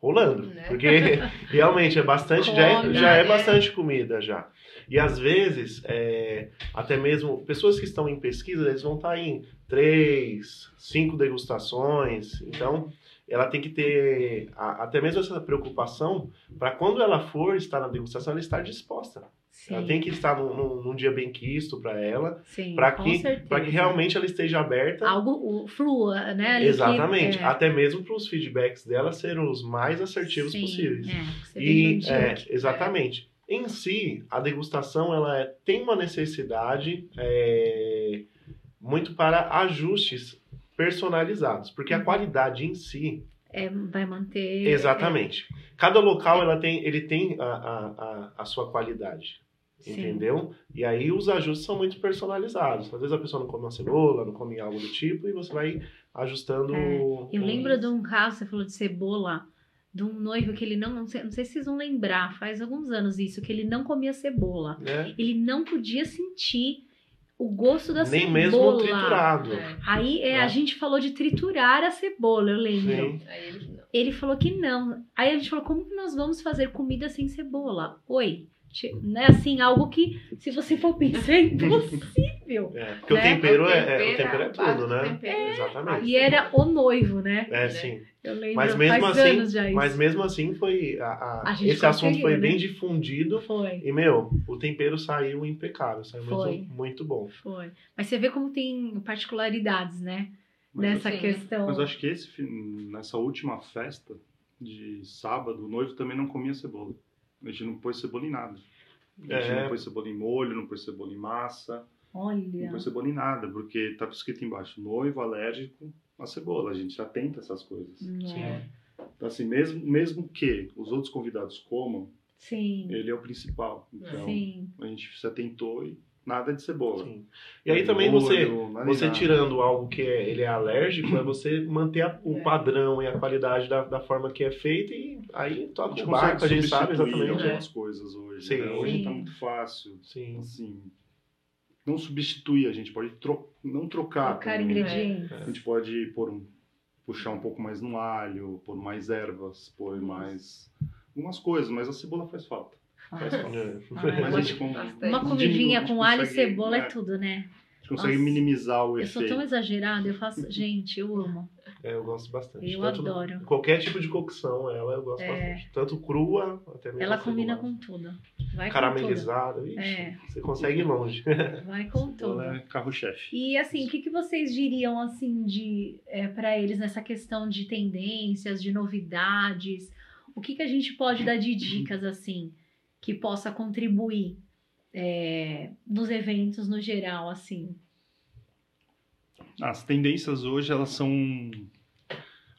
[SPEAKER 3] rolando.
[SPEAKER 2] Né?
[SPEAKER 3] Porque realmente é bastante, já é,
[SPEAKER 1] Come,
[SPEAKER 3] já é
[SPEAKER 2] né?
[SPEAKER 3] bastante comida já. E às vezes, é, até mesmo pessoas que estão em pesquisa, eles vão estar em três, cinco degustações. Então, ela tem que ter a- até mesmo essa preocupação para quando ela for estar na degustação, ela estar disposta. Ela tem que estar num, num- num dia bem quisto para ela,
[SPEAKER 1] sim,
[SPEAKER 3] pra
[SPEAKER 1] com
[SPEAKER 3] que-
[SPEAKER 1] certeza.
[SPEAKER 3] para que realmente ela esteja aberta.
[SPEAKER 1] Algo o, flua, né? Ali que-
[SPEAKER 3] Exatamente.
[SPEAKER 1] é,
[SPEAKER 3] Até mesmo para os feedbacks dela serem os mais assertivos
[SPEAKER 1] sim,
[SPEAKER 3] possíveis.
[SPEAKER 1] é, que você
[SPEAKER 3] E,
[SPEAKER 1] vende
[SPEAKER 3] é, exatamente. Em si, a degustação ela é- tem uma necessidade é, muito para ajustes personalizados, porque
[SPEAKER 1] Uhum.
[SPEAKER 3] a qualidade em si,
[SPEAKER 1] é, vai manter... é
[SPEAKER 3] exatamente. Cada local ela tem, ele tem a, a, a, a sua qualidade.
[SPEAKER 1] é, sim.
[SPEAKER 3] Entendeu? E aí os ajustes são muito personalizados. Às vezes a pessoa não come uma cebola, não come algo do tipo, e você vai ajustando.
[SPEAKER 1] É,
[SPEAKER 3] o-
[SPEAKER 1] Eu
[SPEAKER 3] o-
[SPEAKER 1] lembro de um caso, você falou de cebola, de um noivo que ele não... Não sei, não sei se vocês vão lembrar, faz alguns anos isso, que ele não comia cebola.
[SPEAKER 3] né?
[SPEAKER 1] Ele não podia sentir o gosto da
[SPEAKER 3] Nem
[SPEAKER 1] cebola.
[SPEAKER 3] mesmo triturado.
[SPEAKER 2] É,
[SPEAKER 1] Aí é, a
[SPEAKER 3] É.
[SPEAKER 1] gente falou de triturar a cebola, eu lembro.
[SPEAKER 3] Sim.
[SPEAKER 2] aí ele não.
[SPEAKER 1] Ele falou que não. Aí a gente falou, como que nós vamos fazer comida sem cebola? Oi. Ti- Né, assim, algo que, se você for pensar, é impossível.
[SPEAKER 3] É, porque
[SPEAKER 1] Né?
[SPEAKER 3] o tempero é, é-
[SPEAKER 2] Tempera,
[SPEAKER 3] o tempero é
[SPEAKER 2] base
[SPEAKER 3] tudo,
[SPEAKER 2] do
[SPEAKER 3] né?
[SPEAKER 2] tempero.
[SPEAKER 3] Exatamente.
[SPEAKER 1] E era o noivo, né?
[SPEAKER 3] É,
[SPEAKER 2] né?
[SPEAKER 3] sim.
[SPEAKER 1] Eu lembro,
[SPEAKER 3] Mas mesmo
[SPEAKER 1] faz
[SPEAKER 3] assim-
[SPEAKER 1] anos já isso.
[SPEAKER 3] Mas mesmo assim foi. a- a-
[SPEAKER 1] A gente
[SPEAKER 3] esse assunto foi
[SPEAKER 1] conseguiu, né?
[SPEAKER 3] bem difundido.
[SPEAKER 1] Foi,
[SPEAKER 3] E, meu, o tempero saiu impecável, saiu
[SPEAKER 1] Foi.
[SPEAKER 3] muito, muito bom.
[SPEAKER 1] foi. Mas você vê como tem particularidades, né?
[SPEAKER 4] Mas
[SPEAKER 1] Nessa
[SPEAKER 2] assim,
[SPEAKER 1] questão.
[SPEAKER 4] Mas eu acho que esse, fim- nessa última festa de sábado, o noivo também não comia cebola. A gente não pôs cebola em nada. A gente
[SPEAKER 3] É.
[SPEAKER 4] não pôs cebola em molho, não pôs cebola em massa, não
[SPEAKER 1] Olha. né?
[SPEAKER 4] pôs cebola em nada, porque tá escrito embaixo, noivo alérgico à cebola. A gente já tenta essas coisas.
[SPEAKER 1] né?
[SPEAKER 4] Então, assim, mesmo, mesmo que os outros convidados comam,
[SPEAKER 1] Sim.
[SPEAKER 4] ele é o principal. Então,
[SPEAKER 1] Sim.
[SPEAKER 4] a gente se atentou e nada de cebola. É
[SPEAKER 3] Sim. E aí também
[SPEAKER 4] Molho,
[SPEAKER 3] você.
[SPEAKER 4] nada de
[SPEAKER 3] Você
[SPEAKER 4] nada.
[SPEAKER 3] tirando algo que é, ele é alérgico, é você manter a- o
[SPEAKER 2] É.
[SPEAKER 3] padrão e a qualidade da, da forma que é feita e aí
[SPEAKER 4] A
[SPEAKER 3] toca
[SPEAKER 4] gente
[SPEAKER 3] o barco, a
[SPEAKER 4] consegue
[SPEAKER 3] gente sabe
[SPEAKER 4] substituir né?
[SPEAKER 3] exatamente.
[SPEAKER 4] algumas coisas hoje.
[SPEAKER 3] Sim.
[SPEAKER 4] né? Hoje
[SPEAKER 1] Sim.
[SPEAKER 4] tá muito fácil.
[SPEAKER 3] Sim.
[SPEAKER 4] Assim, não substituir, a gente pode tro não trocar.
[SPEAKER 1] Trocar
[SPEAKER 4] também.
[SPEAKER 1] ingredientes.
[SPEAKER 4] A gente pode pôr um, puxar um pouco mais no alho, pôr mais ervas, pôr mais algumas coisas, mas a cebola faz falta.
[SPEAKER 3] é,
[SPEAKER 4] Faz
[SPEAKER 1] Ah,
[SPEAKER 4] falta.
[SPEAKER 1] Ai,
[SPEAKER 4] Mas a
[SPEAKER 2] uma-
[SPEAKER 4] gente con-
[SPEAKER 1] Uma
[SPEAKER 4] diminui, a
[SPEAKER 1] comidinha
[SPEAKER 4] gente
[SPEAKER 1] com alho e
[SPEAKER 4] é, consegue,
[SPEAKER 1] cebola
[SPEAKER 4] né?
[SPEAKER 1] é tudo, né?
[SPEAKER 4] A gente consegue
[SPEAKER 1] Nossa.
[SPEAKER 4] minimizar o
[SPEAKER 1] Eu sou tão
[SPEAKER 4] efeito.
[SPEAKER 1] exagerada, eu faço. Gente, eu amo.
[SPEAKER 3] É, eu gosto bastante.
[SPEAKER 1] Eu
[SPEAKER 3] Tanto-
[SPEAKER 1] adoro.
[SPEAKER 3] Qualquer tipo de cocção, ela eu gosto
[SPEAKER 1] É.
[SPEAKER 3] bastante. Tanto crua, até mesmo.
[SPEAKER 1] Ela
[SPEAKER 3] a
[SPEAKER 4] né?
[SPEAKER 1] combina
[SPEAKER 3] cebolada.
[SPEAKER 1] com tudo. Vai com
[SPEAKER 3] caramelizada. Ixi,
[SPEAKER 1] É.
[SPEAKER 3] Você consegue ir longe.
[SPEAKER 4] né?
[SPEAKER 1] tudo. Vai com
[SPEAKER 4] Cebola
[SPEAKER 1] tudo.
[SPEAKER 4] é carro-chefe.
[SPEAKER 1] E assim, o que, que vocês diriam assim de é, para eles nessa questão de tendências, de novidades? O que, que a gente pode dar de dicas assim que possa contribuir é, nos eventos no geral, assim?
[SPEAKER 4] Ah, As tendências hoje, elas são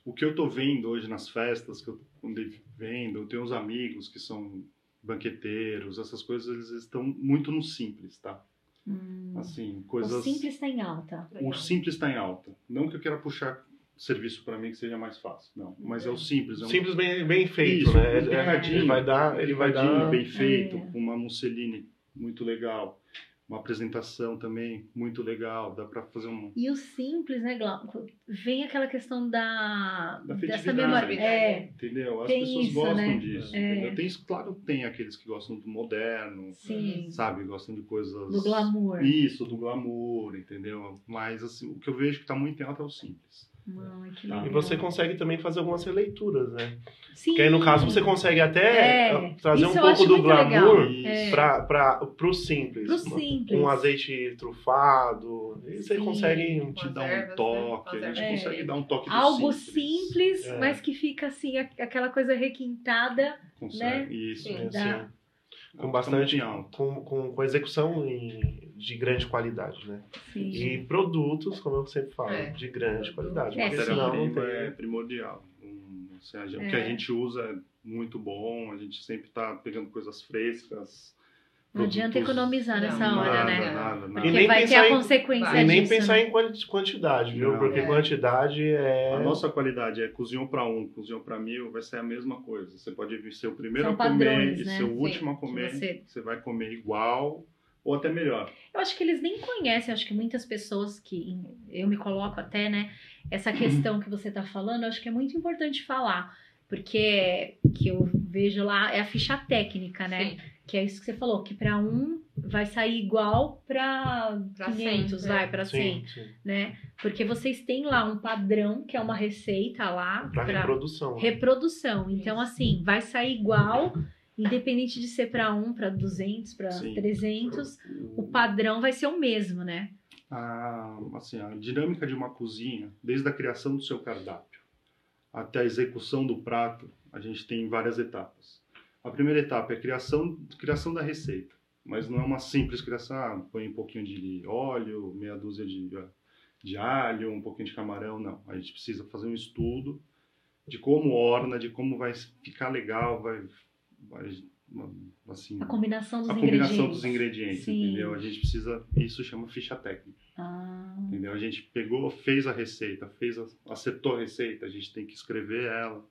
[SPEAKER 4] o que eu tô vendo hoje nas festas, que eu andei vendo, eu tenho uns amigos que são banqueteiros, essas coisas, eles estão muito no simples, tá?
[SPEAKER 1] Hum,
[SPEAKER 4] Assim,
[SPEAKER 1] O
[SPEAKER 4] coisas...
[SPEAKER 1] simples tá está em alta.
[SPEAKER 3] É.
[SPEAKER 4] O simples está em alta. Não que eu queira puxar serviço para mim que seja mais fácil, não. Mas é o simples. É um
[SPEAKER 3] Simples bem, bem feito,
[SPEAKER 4] Isso,
[SPEAKER 3] né?
[SPEAKER 4] um
[SPEAKER 3] Ele-
[SPEAKER 4] picadinho.
[SPEAKER 3] ele vai dar, ele vai dar.
[SPEAKER 4] bem feito,
[SPEAKER 1] É.
[SPEAKER 4] uma musseline muito legal, uma apresentação também muito legal. Dá para fazer um
[SPEAKER 1] E o simples, né, Glauco? Vem aquela questão da,
[SPEAKER 4] Da
[SPEAKER 1] dessa
[SPEAKER 4] afetividade.
[SPEAKER 1] memória. É,
[SPEAKER 4] Entendeu? As
[SPEAKER 1] Tem
[SPEAKER 4] pessoas
[SPEAKER 1] isso,
[SPEAKER 4] gostam
[SPEAKER 1] né?
[SPEAKER 4] disso.
[SPEAKER 1] É.
[SPEAKER 4] entendeu? Tem, isso, claro, tem aqueles que gostam do moderno,
[SPEAKER 1] sim.
[SPEAKER 4] sabe? Gostam de coisas.
[SPEAKER 1] Do glamour.
[SPEAKER 4] Isso, do glamour, entendeu? Mas assim, o que eu vejo que tá muito em alta é o simples.
[SPEAKER 1] Ai, é que
[SPEAKER 4] Tá.
[SPEAKER 1] legal.
[SPEAKER 3] E você consegue também fazer algumas releituras, né?
[SPEAKER 1] Sim.
[SPEAKER 3] Que aí, no caso, você consegue até
[SPEAKER 1] É.
[SPEAKER 3] eh, trazer
[SPEAKER 1] Isso
[SPEAKER 3] um
[SPEAKER 1] eu
[SPEAKER 3] pouco
[SPEAKER 1] acho
[SPEAKER 3] do
[SPEAKER 1] muito legal.
[SPEAKER 3] glamour
[SPEAKER 4] Isso.
[SPEAKER 1] É.
[SPEAKER 3] para pra, pro simples.
[SPEAKER 1] Pro simples.
[SPEAKER 3] Um azeite trufado. E você
[SPEAKER 1] Sim.
[SPEAKER 3] consegue.
[SPEAKER 4] te
[SPEAKER 2] As
[SPEAKER 4] dá
[SPEAKER 2] ervas, né?
[SPEAKER 4] um toque,
[SPEAKER 2] As
[SPEAKER 4] a gente
[SPEAKER 1] ervas.
[SPEAKER 4] consegue dar um toque do
[SPEAKER 1] É. Algo
[SPEAKER 4] simples.
[SPEAKER 1] simples,
[SPEAKER 3] É.
[SPEAKER 1] mas que fica assim, a- aquela coisa requintada.
[SPEAKER 4] Consegue, Isso,
[SPEAKER 2] Sim.
[SPEAKER 3] né,
[SPEAKER 1] dá.
[SPEAKER 3] assim, com bastante.
[SPEAKER 4] Tá muito em alta.
[SPEAKER 3] Com, com, com execução em- de grande qualidade, né?
[SPEAKER 1] Sim.
[SPEAKER 3] E produtos, como eu sempre falo,
[SPEAKER 2] É.
[SPEAKER 3] de grande qualidade.
[SPEAKER 1] É,
[SPEAKER 3] porque
[SPEAKER 1] sim.
[SPEAKER 3] senão não
[SPEAKER 4] Matéria-prima
[SPEAKER 3] tem.
[SPEAKER 4] é primordial. Hum, ou seja,
[SPEAKER 1] É.
[SPEAKER 4] O que a gente usa é muito bom, a gente sempre tá pegando coisas frescas.
[SPEAKER 1] Não adianta
[SPEAKER 4] produtos-
[SPEAKER 1] economizar
[SPEAKER 2] Não,
[SPEAKER 1] nessa hora,
[SPEAKER 4] nada,
[SPEAKER 1] né?
[SPEAKER 4] Nada, nada.
[SPEAKER 3] E
[SPEAKER 1] Porque
[SPEAKER 3] nem
[SPEAKER 1] vai ter
[SPEAKER 3] pensar
[SPEAKER 1] a
[SPEAKER 3] em-
[SPEAKER 1] consequência
[SPEAKER 2] vai.
[SPEAKER 3] E nem
[SPEAKER 1] disso,
[SPEAKER 3] pensar
[SPEAKER 1] né?
[SPEAKER 3] em quanti- quantidade, viu?
[SPEAKER 4] Não.
[SPEAKER 3] Porque
[SPEAKER 2] É.
[SPEAKER 3] quantidade é.
[SPEAKER 4] A nossa qualidade é cozinhou para um, cozinhou para mil, vai ser a mesma coisa. Você pode ser o primeiro
[SPEAKER 1] São
[SPEAKER 4] a comer
[SPEAKER 1] padrões,
[SPEAKER 4] e
[SPEAKER 1] né?
[SPEAKER 4] ser o
[SPEAKER 2] Sim,
[SPEAKER 4] último a comer.
[SPEAKER 1] que você-
[SPEAKER 4] Você... vai comer igual ou até melhor.
[SPEAKER 1] Eu acho que eles nem conhecem, eu acho que muitas pessoas que eu me coloco até, né? Essa questão que você tá falando, eu acho que é muito importante falar, porque o que eu vejo lá é a ficha técnica, né?
[SPEAKER 2] Sim,
[SPEAKER 1] Que é isso que você falou, que pra um vai sair igual pra
[SPEAKER 2] Pra
[SPEAKER 1] 500,
[SPEAKER 2] 100,
[SPEAKER 3] é.
[SPEAKER 1] vai
[SPEAKER 2] né?
[SPEAKER 1] É pra 100,
[SPEAKER 3] Sim, sim.
[SPEAKER 1] né? Porque vocês têm lá um padrão, que é uma receita lá
[SPEAKER 3] Pra
[SPEAKER 1] pra-
[SPEAKER 3] reprodução. né?
[SPEAKER 1] reprodução. Então, assim, vai sair igual, independente de ser um, para 1, para 200, para
[SPEAKER 4] Sim.
[SPEAKER 1] 300, o padrão vai ser o mesmo, né?
[SPEAKER 4] a, assim, a dinâmica de uma cozinha, desde a criação do seu cardápio até a execução do prato, a gente tem várias etapas. A primeira etapa é a criação, criação da receita, mas não é uma simples criação, ah, põe um pouquinho de óleo, meia dúzia de, ah, de alho, um pouquinho de camarão, não. A gente precisa fazer um estudo de como orna, de como vai ficar legal, vai, vai assim,
[SPEAKER 1] A combinação dos
[SPEAKER 4] a
[SPEAKER 1] ingredientes.
[SPEAKER 4] combinação dos ingredientes,
[SPEAKER 1] Sim.
[SPEAKER 4] entendeu? A gente precisa, isso chama ficha técnica.
[SPEAKER 1] Ah,
[SPEAKER 4] Entendeu? A gente pegou, fez a receita, fez a, acertou a receita, a gente tem que escrever ela,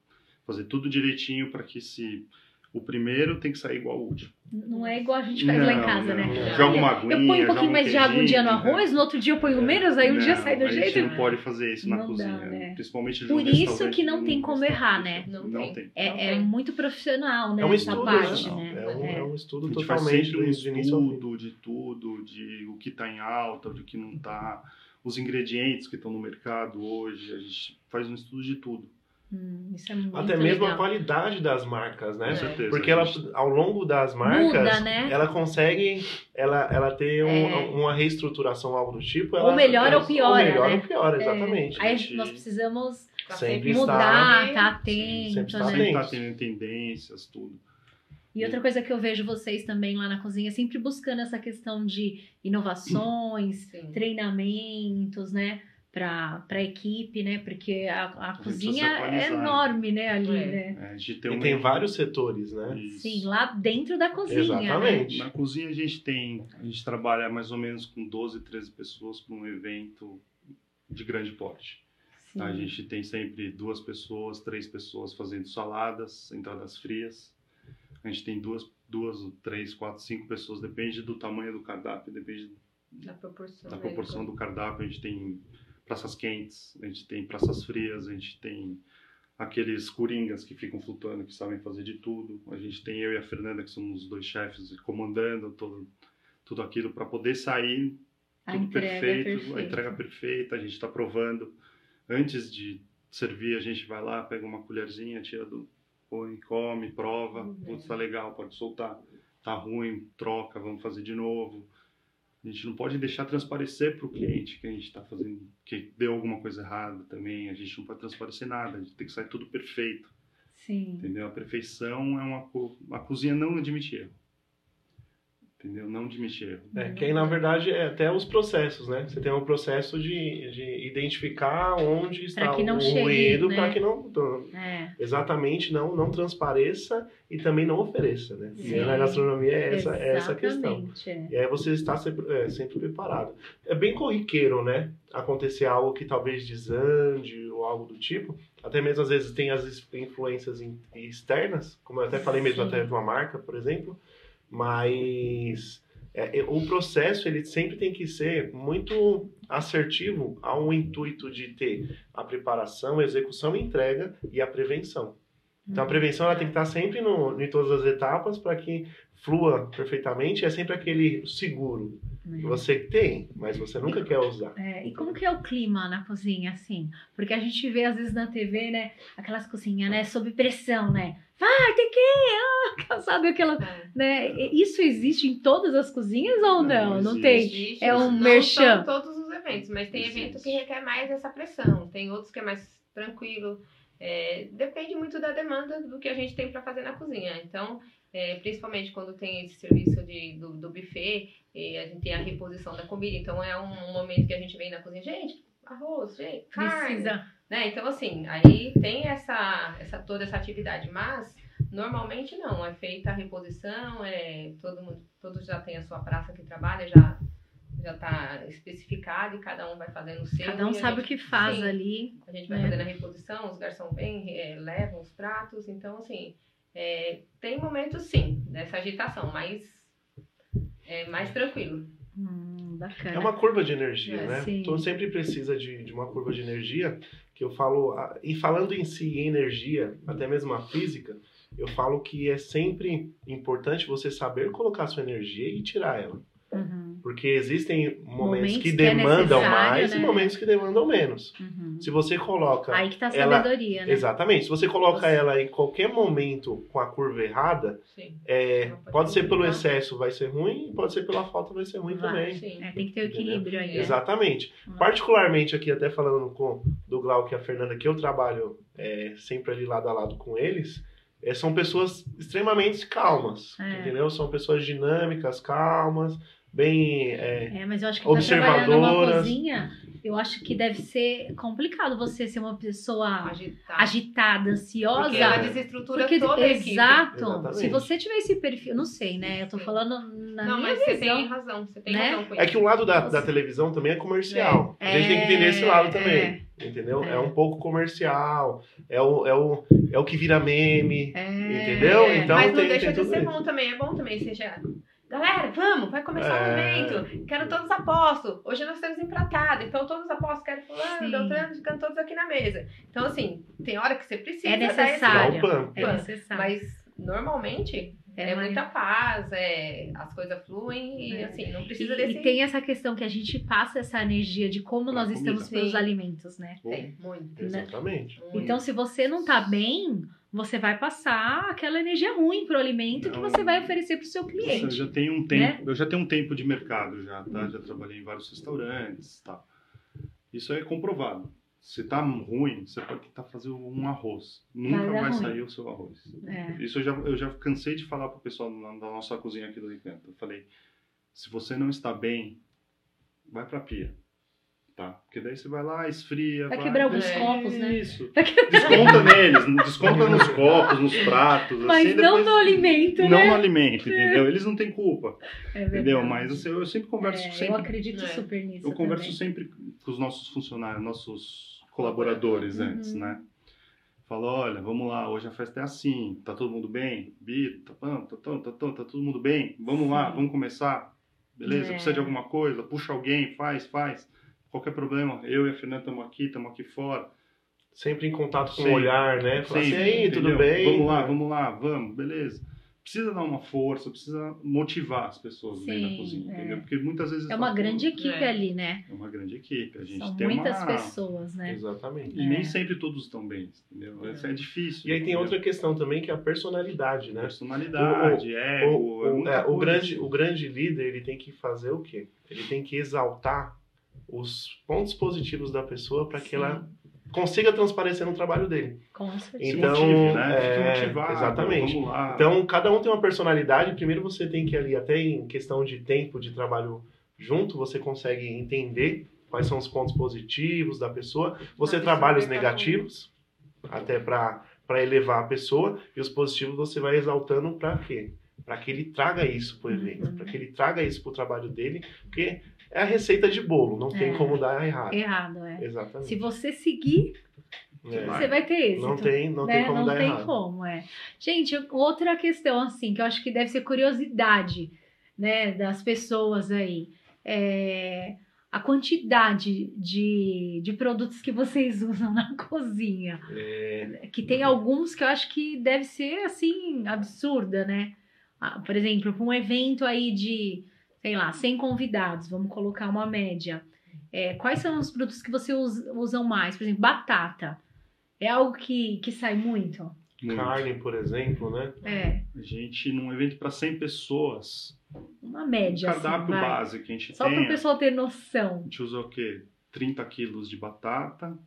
[SPEAKER 4] fazer tudo direitinho para que se o primeiro tem que sair igual ao último.
[SPEAKER 1] não é igual a gente faz
[SPEAKER 4] Não,
[SPEAKER 1] lá em casa,
[SPEAKER 4] não.
[SPEAKER 1] né?
[SPEAKER 4] Joga
[SPEAKER 1] Olha,
[SPEAKER 4] uma aguinha,
[SPEAKER 1] eu ponho um
[SPEAKER 4] joga
[SPEAKER 1] pouquinho mais de água um dia no
[SPEAKER 4] queijinho,
[SPEAKER 1] arroz, no outro dia eu ponho
[SPEAKER 4] É.
[SPEAKER 1] menos, aí um dia
[SPEAKER 4] Não,
[SPEAKER 1] sai do
[SPEAKER 4] a
[SPEAKER 1] jeito.
[SPEAKER 4] gente não pode fazer isso na
[SPEAKER 1] Não dá,
[SPEAKER 4] cozinha,
[SPEAKER 1] né?
[SPEAKER 4] principalmente de
[SPEAKER 1] Por
[SPEAKER 4] um
[SPEAKER 1] isso
[SPEAKER 4] restaurante,
[SPEAKER 1] que não
[SPEAKER 4] de um
[SPEAKER 1] tem como errar,
[SPEAKER 4] restaurante.
[SPEAKER 2] né? Não
[SPEAKER 4] Não
[SPEAKER 2] tem.
[SPEAKER 4] tem.
[SPEAKER 2] Não
[SPEAKER 1] É, é
[SPEAKER 2] tem.
[SPEAKER 1] muito profissional, né?
[SPEAKER 3] É um
[SPEAKER 1] essa
[SPEAKER 3] estudo,
[SPEAKER 1] parte,
[SPEAKER 4] né?
[SPEAKER 1] né?
[SPEAKER 3] É um, é um
[SPEAKER 4] A
[SPEAKER 3] estudo
[SPEAKER 4] gente faz
[SPEAKER 3] totalmente do
[SPEAKER 4] sempre um
[SPEAKER 3] início ao fim.
[SPEAKER 4] estudo de tudo, de o que está em alta, do que não está, os ingredientes que estão no mercado hoje, a gente faz um estudo de tudo.
[SPEAKER 1] Hum, isso é muito
[SPEAKER 3] Até mesmo a
[SPEAKER 1] legal. É.
[SPEAKER 3] qualidade das marcas,
[SPEAKER 4] Com
[SPEAKER 3] né?
[SPEAKER 4] certeza.
[SPEAKER 3] Porque
[SPEAKER 4] a
[SPEAKER 3] ela,
[SPEAKER 4] gente-
[SPEAKER 3] ao longo das marcas,
[SPEAKER 1] Muda, né?
[SPEAKER 3] ela consegue, ela, ela tem um-
[SPEAKER 1] É.
[SPEAKER 3] uma reestruturação, algo do tipo.
[SPEAKER 1] Ou
[SPEAKER 3] Ela,
[SPEAKER 1] melhora ou
[SPEAKER 3] ela-
[SPEAKER 1] piora,
[SPEAKER 3] Ou melhor
[SPEAKER 1] né?
[SPEAKER 3] ou piora,
[SPEAKER 1] É,
[SPEAKER 3] exatamente.
[SPEAKER 1] Aí
[SPEAKER 4] gente-
[SPEAKER 1] nós precisamos
[SPEAKER 2] tá
[SPEAKER 3] Sempre
[SPEAKER 2] sempre
[SPEAKER 1] mudar,
[SPEAKER 2] mudando.
[SPEAKER 1] tá
[SPEAKER 4] Sim,
[SPEAKER 1] atento,
[SPEAKER 3] sempre está
[SPEAKER 1] né?
[SPEAKER 4] Sempre
[SPEAKER 3] atento.
[SPEAKER 4] tá tendo tendências, tudo.
[SPEAKER 1] E outra coisa que eu vejo vocês também lá na cozinha, sempre buscando essa questão de inovações,
[SPEAKER 2] Sim.
[SPEAKER 1] treinamentos, né? Para a equipe, né? Porque a, a
[SPEAKER 4] gente
[SPEAKER 1] cozinha
[SPEAKER 4] precisa se
[SPEAKER 1] é
[SPEAKER 4] atualizar, né?
[SPEAKER 1] enorme, né? Ali,
[SPEAKER 2] É.
[SPEAKER 1] né?
[SPEAKER 4] É, a gente tem
[SPEAKER 3] E
[SPEAKER 4] uma-
[SPEAKER 3] tem vários setores, né?
[SPEAKER 4] Isso.
[SPEAKER 1] Sim, lá dentro da cozinha. Né?
[SPEAKER 3] Exatamente.
[SPEAKER 4] Na cozinha a gente tem, a gente trabalha mais ou menos com 12, 13 pessoas para um evento de grande porte. tá?
[SPEAKER 1] Sim.
[SPEAKER 4] A gente tem sempre duas pessoas, três pessoas fazendo saladas, entradas frias. A gente tem duas, duas, três, quatro, cinco pessoas, depende do tamanho do cardápio, depende
[SPEAKER 2] Da proporção.
[SPEAKER 4] da
[SPEAKER 2] né?
[SPEAKER 4] proporção do cardápio, a gente tem praças quentes, a gente tem praças frias, a gente tem aqueles coringas que ficam flutuando, que sabem fazer de tudo. A gente tem eu e a Fernanda, que somos os dois chefes, comandando todo, tudo aquilo para poder sair
[SPEAKER 1] A
[SPEAKER 4] tudo
[SPEAKER 1] entrega é
[SPEAKER 4] perfeito, a
[SPEAKER 1] perfeita.
[SPEAKER 4] entrega perfeita, a gente está provando. Antes de servir, a gente vai lá, pega uma colherzinha, tira do põe, come, prova,
[SPEAKER 2] Uhum.
[SPEAKER 4] putz, tá legal, pode soltar, tá ruim, troca, vamos fazer de novo. A gente não pode deixar transparecer para o cliente que a gente está fazendo, que deu alguma coisa errada também, a gente não pode transparecer nada, a gente tem que sair tudo perfeito,
[SPEAKER 1] Sim.
[SPEAKER 4] entendeu? A perfeição é uma... co- a cozinha não admite erro. entendeu? Não de mexer.
[SPEAKER 3] É,
[SPEAKER 1] Uhum.
[SPEAKER 3] que aí, na verdade, é até os processos, né? Você tem um processo de, de identificar onde está
[SPEAKER 1] que não
[SPEAKER 3] o
[SPEAKER 1] chegue,
[SPEAKER 3] ruído
[SPEAKER 1] né?
[SPEAKER 3] para que não
[SPEAKER 1] É.
[SPEAKER 3] exatamente não não transpareça e também não ofereça, né? E aí,
[SPEAKER 1] Sim.
[SPEAKER 3] na gastronomia é essa, é essa a questão.
[SPEAKER 1] Exatamente. é.
[SPEAKER 3] E aí você está sempre, é, sempre preparado. É bem corriqueiro, né? Acontecer algo que talvez desande ou algo do tipo. Até mesmo às vezes tem as es- influências in- externas, como eu até falei mesmo
[SPEAKER 1] Sim.
[SPEAKER 3] até de uma marca, por exemplo. Mas é, é, o processo ele sempre tem que ser muito assertivo ao intuito de ter a preparação, a execução, a entrega e a prevenção. Então a prevenção ela tem que estar sempre no, em todas as etapas para que flua perfeitamente. É sempre aquele seguro
[SPEAKER 1] Hum,
[SPEAKER 3] que você tem, mas você nunca quer usar.
[SPEAKER 1] É, e como que é o clima na cozinha, assim? Porque a gente vê, às vezes, na TV, né? Aquelas cozinhas, né? Sob pressão, né? Vai, tem que ir! Ah, sabe
[SPEAKER 2] É.
[SPEAKER 1] aquela... Né? E Isso existe em todas as cozinhas ou não?
[SPEAKER 4] Não,
[SPEAKER 1] Não,
[SPEAKER 4] existe.
[SPEAKER 1] tem?
[SPEAKER 2] Existe,
[SPEAKER 1] É um
[SPEAKER 2] não
[SPEAKER 1] merchan.
[SPEAKER 2] são todos os eventos, mas tem
[SPEAKER 4] Existe.
[SPEAKER 2] evento que requer mais essa pressão, tem outros que é mais tranquilo. É, depende muito da demanda do que a gente tem para fazer na cozinha. Então, é, principalmente quando tem esse serviço de, do, do buffet, e a gente tem a reposição da comida. Então, é um momento que a gente vem na cozinha, gente, arroz, gente, carne,
[SPEAKER 1] Precisa.
[SPEAKER 2] né? Então, assim, aí tem essa, essa toda essa atividade, mas normalmente não, é feita a reposição, é, todo mundo todo já tem a sua praça que trabalha, já já tá especificado e cada um vai fazendo o seu.
[SPEAKER 1] Cada um
[SPEAKER 2] e a
[SPEAKER 1] sabe o que
[SPEAKER 2] gente-
[SPEAKER 1] faz
[SPEAKER 2] sim,
[SPEAKER 1] ali.
[SPEAKER 2] A gente vai
[SPEAKER 1] né?
[SPEAKER 2] fazendo a reposição, os garçons vêm, é, levam os pratos, então, assim, é, tem momentos, sim, dessa agitação, mas é mais tranquilo.
[SPEAKER 1] Hum, bacana.
[SPEAKER 3] É uma curva de energia,
[SPEAKER 2] É,
[SPEAKER 3] né?
[SPEAKER 1] sim.
[SPEAKER 3] Então sempre precisa de, de uma curva de energia que eu falo a- e falando em si em energia, até mesmo a física, eu falo que é sempre importante você saber colocar sua energia e tirar ela.
[SPEAKER 1] Uhum,
[SPEAKER 3] Porque existem momentos,
[SPEAKER 1] Momentos
[SPEAKER 3] que
[SPEAKER 1] que é
[SPEAKER 3] demandam
[SPEAKER 1] necessário,
[SPEAKER 3] mais e
[SPEAKER 1] né?
[SPEAKER 3] momentos que demandam menos.
[SPEAKER 1] uhum.
[SPEAKER 3] Se você coloca
[SPEAKER 1] Aí que tá a
[SPEAKER 3] Então, ela-
[SPEAKER 1] sabedoria, né?
[SPEAKER 3] Exatamente. Se você coloca
[SPEAKER 2] Você-
[SPEAKER 3] ela em qualquer momento com a curva errada,
[SPEAKER 2] Sim.
[SPEAKER 3] é,
[SPEAKER 2] Não
[SPEAKER 3] pode,
[SPEAKER 2] pode
[SPEAKER 3] ser pelo
[SPEAKER 2] combinar.
[SPEAKER 3] excesso, vai ser ruim, e pode ser pela falta, vai ser ruim
[SPEAKER 1] Vai.
[SPEAKER 3] também.
[SPEAKER 2] Sim.
[SPEAKER 1] É, tem que ter o equilíbrio aí. né?
[SPEAKER 3] Exatamente.
[SPEAKER 1] Hum.
[SPEAKER 3] Particularmente aqui, até falando com do Glauco e a Fernanda, que eu trabalho é, sempre ali lado a lado com eles, é, são pessoas extremamente calmas,
[SPEAKER 1] É.
[SPEAKER 3] entendeu? São pessoas dinâmicas, calmas, bem... é,
[SPEAKER 1] É, mas eu acho que pra trabalhar numa
[SPEAKER 3] Observadoras.
[SPEAKER 1] cozinha, eu acho que deve ser complicado você ser uma pessoa
[SPEAKER 2] Agitar.
[SPEAKER 1] agitada, ansiosa.
[SPEAKER 2] Porque ela é desestrutura
[SPEAKER 1] Porque-
[SPEAKER 2] toda a equipe. né?
[SPEAKER 1] exato.
[SPEAKER 3] Exatamente.
[SPEAKER 1] Se você tiver esse perfil, não sei, né? Eu tô
[SPEAKER 2] Sim.
[SPEAKER 1] falando na
[SPEAKER 2] Não,
[SPEAKER 1] minha
[SPEAKER 2] mas você tem razão, você tem
[SPEAKER 1] né?
[SPEAKER 2] razão com isso.
[SPEAKER 3] é que o lado da,
[SPEAKER 1] Nossa.
[SPEAKER 3] da televisão também é comercial.
[SPEAKER 1] É.
[SPEAKER 3] A gente tem que entender esse lado também.
[SPEAKER 1] É.
[SPEAKER 3] Entendeu?
[SPEAKER 1] É.
[SPEAKER 3] É. um pouco comercial, é o, é o, é o que vira meme.
[SPEAKER 1] É.
[SPEAKER 3] Entendeu? Então
[SPEAKER 2] Mas não
[SPEAKER 3] tem-
[SPEAKER 2] deixa
[SPEAKER 3] tem
[SPEAKER 2] de
[SPEAKER 3] tudo
[SPEAKER 2] ser
[SPEAKER 3] isso.
[SPEAKER 2] bom também, é bom também você já. Galera, vamos, vai começar
[SPEAKER 3] É.
[SPEAKER 2] o evento. Quero todos apostos. Hoje nós temos empratado, então todos apostos. Quero fulano,
[SPEAKER 1] Sim.
[SPEAKER 2] doutrano, ficando todos aqui na mesa. Então, assim, tem hora que você precisa.
[SPEAKER 1] É
[SPEAKER 2] dar esse-
[SPEAKER 1] necessário.
[SPEAKER 3] Dá
[SPEAKER 1] Área.
[SPEAKER 3] o pump.
[SPEAKER 1] É necessário.
[SPEAKER 2] Mas normalmente é,
[SPEAKER 1] uma-
[SPEAKER 2] muita paz, é, as coisas fluem e
[SPEAKER 1] É.
[SPEAKER 2] assim, não
[SPEAKER 1] E,
[SPEAKER 2] precisa desse.
[SPEAKER 1] e tem essa questão que a gente passa essa energia de como
[SPEAKER 4] Pra
[SPEAKER 1] nós estamos
[SPEAKER 2] comida.
[SPEAKER 1] pelos
[SPEAKER 2] Sim.
[SPEAKER 1] alimentos, né?
[SPEAKER 2] Tem, muito.
[SPEAKER 3] Exatamente.
[SPEAKER 2] muito.
[SPEAKER 1] Então, se você não tá bem, você vai passar aquela energia ruim pro alimento que
[SPEAKER 4] Não.
[SPEAKER 1] você vai oferecer pro seu
[SPEAKER 4] Eu
[SPEAKER 1] cliente. né?
[SPEAKER 4] já tenho um tempo, eu já tenho um tempo de mercado já, tá? Já trabalhei em vários restaurantes, tá? Isso é comprovado. Se tá ruim, você pode tentar fazer um arroz. Nunca
[SPEAKER 1] dar
[SPEAKER 4] vai,
[SPEAKER 1] ruim.
[SPEAKER 4] sair o seu arroz.
[SPEAKER 1] É.
[SPEAKER 4] Isso eu já, eu já cansei de falar pro pessoal na- da nossa cozinha aqui do Recanto. Eu falei, se você não está bem, vai pra pia. Tá? Porque daí você vai lá, esfria.
[SPEAKER 1] Vai quebrar alguns
[SPEAKER 4] É,
[SPEAKER 1] copos, né?
[SPEAKER 4] Isso.
[SPEAKER 1] Vai
[SPEAKER 4] Desconta neles, desconta nos copos, nos pratos.
[SPEAKER 1] Mas
[SPEAKER 4] assim,
[SPEAKER 1] não
[SPEAKER 4] depois-
[SPEAKER 1] no alimento,
[SPEAKER 4] não
[SPEAKER 1] né?
[SPEAKER 4] no alimento, entendeu? Eles não têm culpa,
[SPEAKER 1] É
[SPEAKER 4] entendeu?
[SPEAKER 1] verdade.
[SPEAKER 4] Mas assim, eu sempre converso
[SPEAKER 1] É, eu
[SPEAKER 4] sempre,
[SPEAKER 1] acredito
[SPEAKER 2] É.
[SPEAKER 1] super nisso.
[SPEAKER 4] eu, converso
[SPEAKER 1] também.
[SPEAKER 4] sempre com os nossos funcionários, nossos colaboradores
[SPEAKER 1] Uhum.
[SPEAKER 4] antes, né? Falo, olha, vamos lá, hoje a festa é assim, tá todo mundo bem? Bi, tá, tá, tá, tá, tá, tá, tá todo mundo bem? Vamos lá,
[SPEAKER 1] Sim.
[SPEAKER 4] vamos começar? Beleza?
[SPEAKER 1] É.
[SPEAKER 4] Precisa de alguma coisa? Puxa alguém, faz, faz. Qualquer problema, eu e a Fernanda estamos aqui, estamos aqui fora.
[SPEAKER 3] Sempre em contato com
[SPEAKER 4] Sim.
[SPEAKER 3] o olhar, né? Falar assim,
[SPEAKER 4] Sempre,
[SPEAKER 3] "E aí,
[SPEAKER 4] É entendeu?
[SPEAKER 3] tudo bem?
[SPEAKER 4] Vamos lá, vamos lá, vamos, beleza. Precisa dar uma força, precisa motivar as pessoas dentro
[SPEAKER 1] Sim,
[SPEAKER 4] da cozinha,
[SPEAKER 1] é.
[SPEAKER 4] entendeu? Porque muitas vezes.
[SPEAKER 1] É uma
[SPEAKER 4] fala,
[SPEAKER 1] grande equipe
[SPEAKER 2] É.
[SPEAKER 1] ali, né?
[SPEAKER 4] "Pô, É uma grande equipe. A gente
[SPEAKER 1] São
[SPEAKER 4] tem
[SPEAKER 1] muitas
[SPEAKER 4] uma...
[SPEAKER 1] pessoas, né?
[SPEAKER 3] Exatamente.
[SPEAKER 4] E
[SPEAKER 1] É.
[SPEAKER 4] nem sempre todos estão bem, entendeu?
[SPEAKER 2] É.
[SPEAKER 4] Isso é difícil.
[SPEAKER 3] E aí tem
[SPEAKER 4] entendeu?
[SPEAKER 3] outra questão também, que é a personalidade, né?
[SPEAKER 4] Personalidade,
[SPEAKER 3] O,
[SPEAKER 4] ego, é
[SPEAKER 3] o-
[SPEAKER 4] muita
[SPEAKER 3] é, o
[SPEAKER 4] coisa.
[SPEAKER 3] grande, o grande líder, ele tem que fazer o quê? Ele tem que exaltar os pontos positivos da pessoa para que
[SPEAKER 2] Sim.
[SPEAKER 3] ela consiga transparecer no trabalho dele.
[SPEAKER 1] Com certeza.
[SPEAKER 3] Então,
[SPEAKER 4] se motive, né?
[SPEAKER 3] é,
[SPEAKER 4] Fique motivado,
[SPEAKER 3] exatamente.
[SPEAKER 4] vamos lá.
[SPEAKER 3] Então, cada um tem uma personalidade. Primeiro, você tem que ali, até em questão de tempo de trabalho junto, você consegue entender quais são os pontos positivos da pessoa. Você
[SPEAKER 2] pessoa
[SPEAKER 3] trabalha os
[SPEAKER 1] é
[SPEAKER 2] vê cada um.
[SPEAKER 3] negativos, até para elevar a pessoa, e os positivos você vai exaltando para quê? Para que ele traga isso para o evento,
[SPEAKER 1] Uhum.
[SPEAKER 3] para que ele traga isso para o trabalho dele, porque é a receita de bolo, não tem
[SPEAKER 1] É.
[SPEAKER 3] como dar errado.
[SPEAKER 1] Errado, é.
[SPEAKER 3] Exatamente.
[SPEAKER 1] Se você seguir,
[SPEAKER 3] É.
[SPEAKER 1] você vai ter êxito.
[SPEAKER 3] Não tem, não
[SPEAKER 1] né?
[SPEAKER 3] tem como
[SPEAKER 1] Não
[SPEAKER 3] dar
[SPEAKER 1] tem
[SPEAKER 3] errado.
[SPEAKER 1] como, é. Gente, outra questão, assim, que eu acho que deve ser curiosidade, né, das pessoas aí. É a quantidade de, de produtos que vocês usam na cozinha.
[SPEAKER 3] É.
[SPEAKER 1] Que tem alguns que eu acho que deve ser, assim, absurda, né? Ah, Por exemplo, para um evento aí de, sei lá, 100 convidados, vamos colocar uma média. É, quais são os produtos que você us- usam mais? Por exemplo, batata. É algo que, que sai muito?
[SPEAKER 4] Muito.
[SPEAKER 3] Carne, por exemplo, né?
[SPEAKER 1] É,
[SPEAKER 4] A gente, num evento para 100 pessoas,
[SPEAKER 1] uma
[SPEAKER 4] um
[SPEAKER 1] média. assim,
[SPEAKER 4] cardápio
[SPEAKER 1] vai.
[SPEAKER 4] básico que a gente
[SPEAKER 1] Só para
[SPEAKER 4] tem,
[SPEAKER 1] o pessoal ter noção.
[SPEAKER 4] a gente usa o quê? 30 quilos de batata,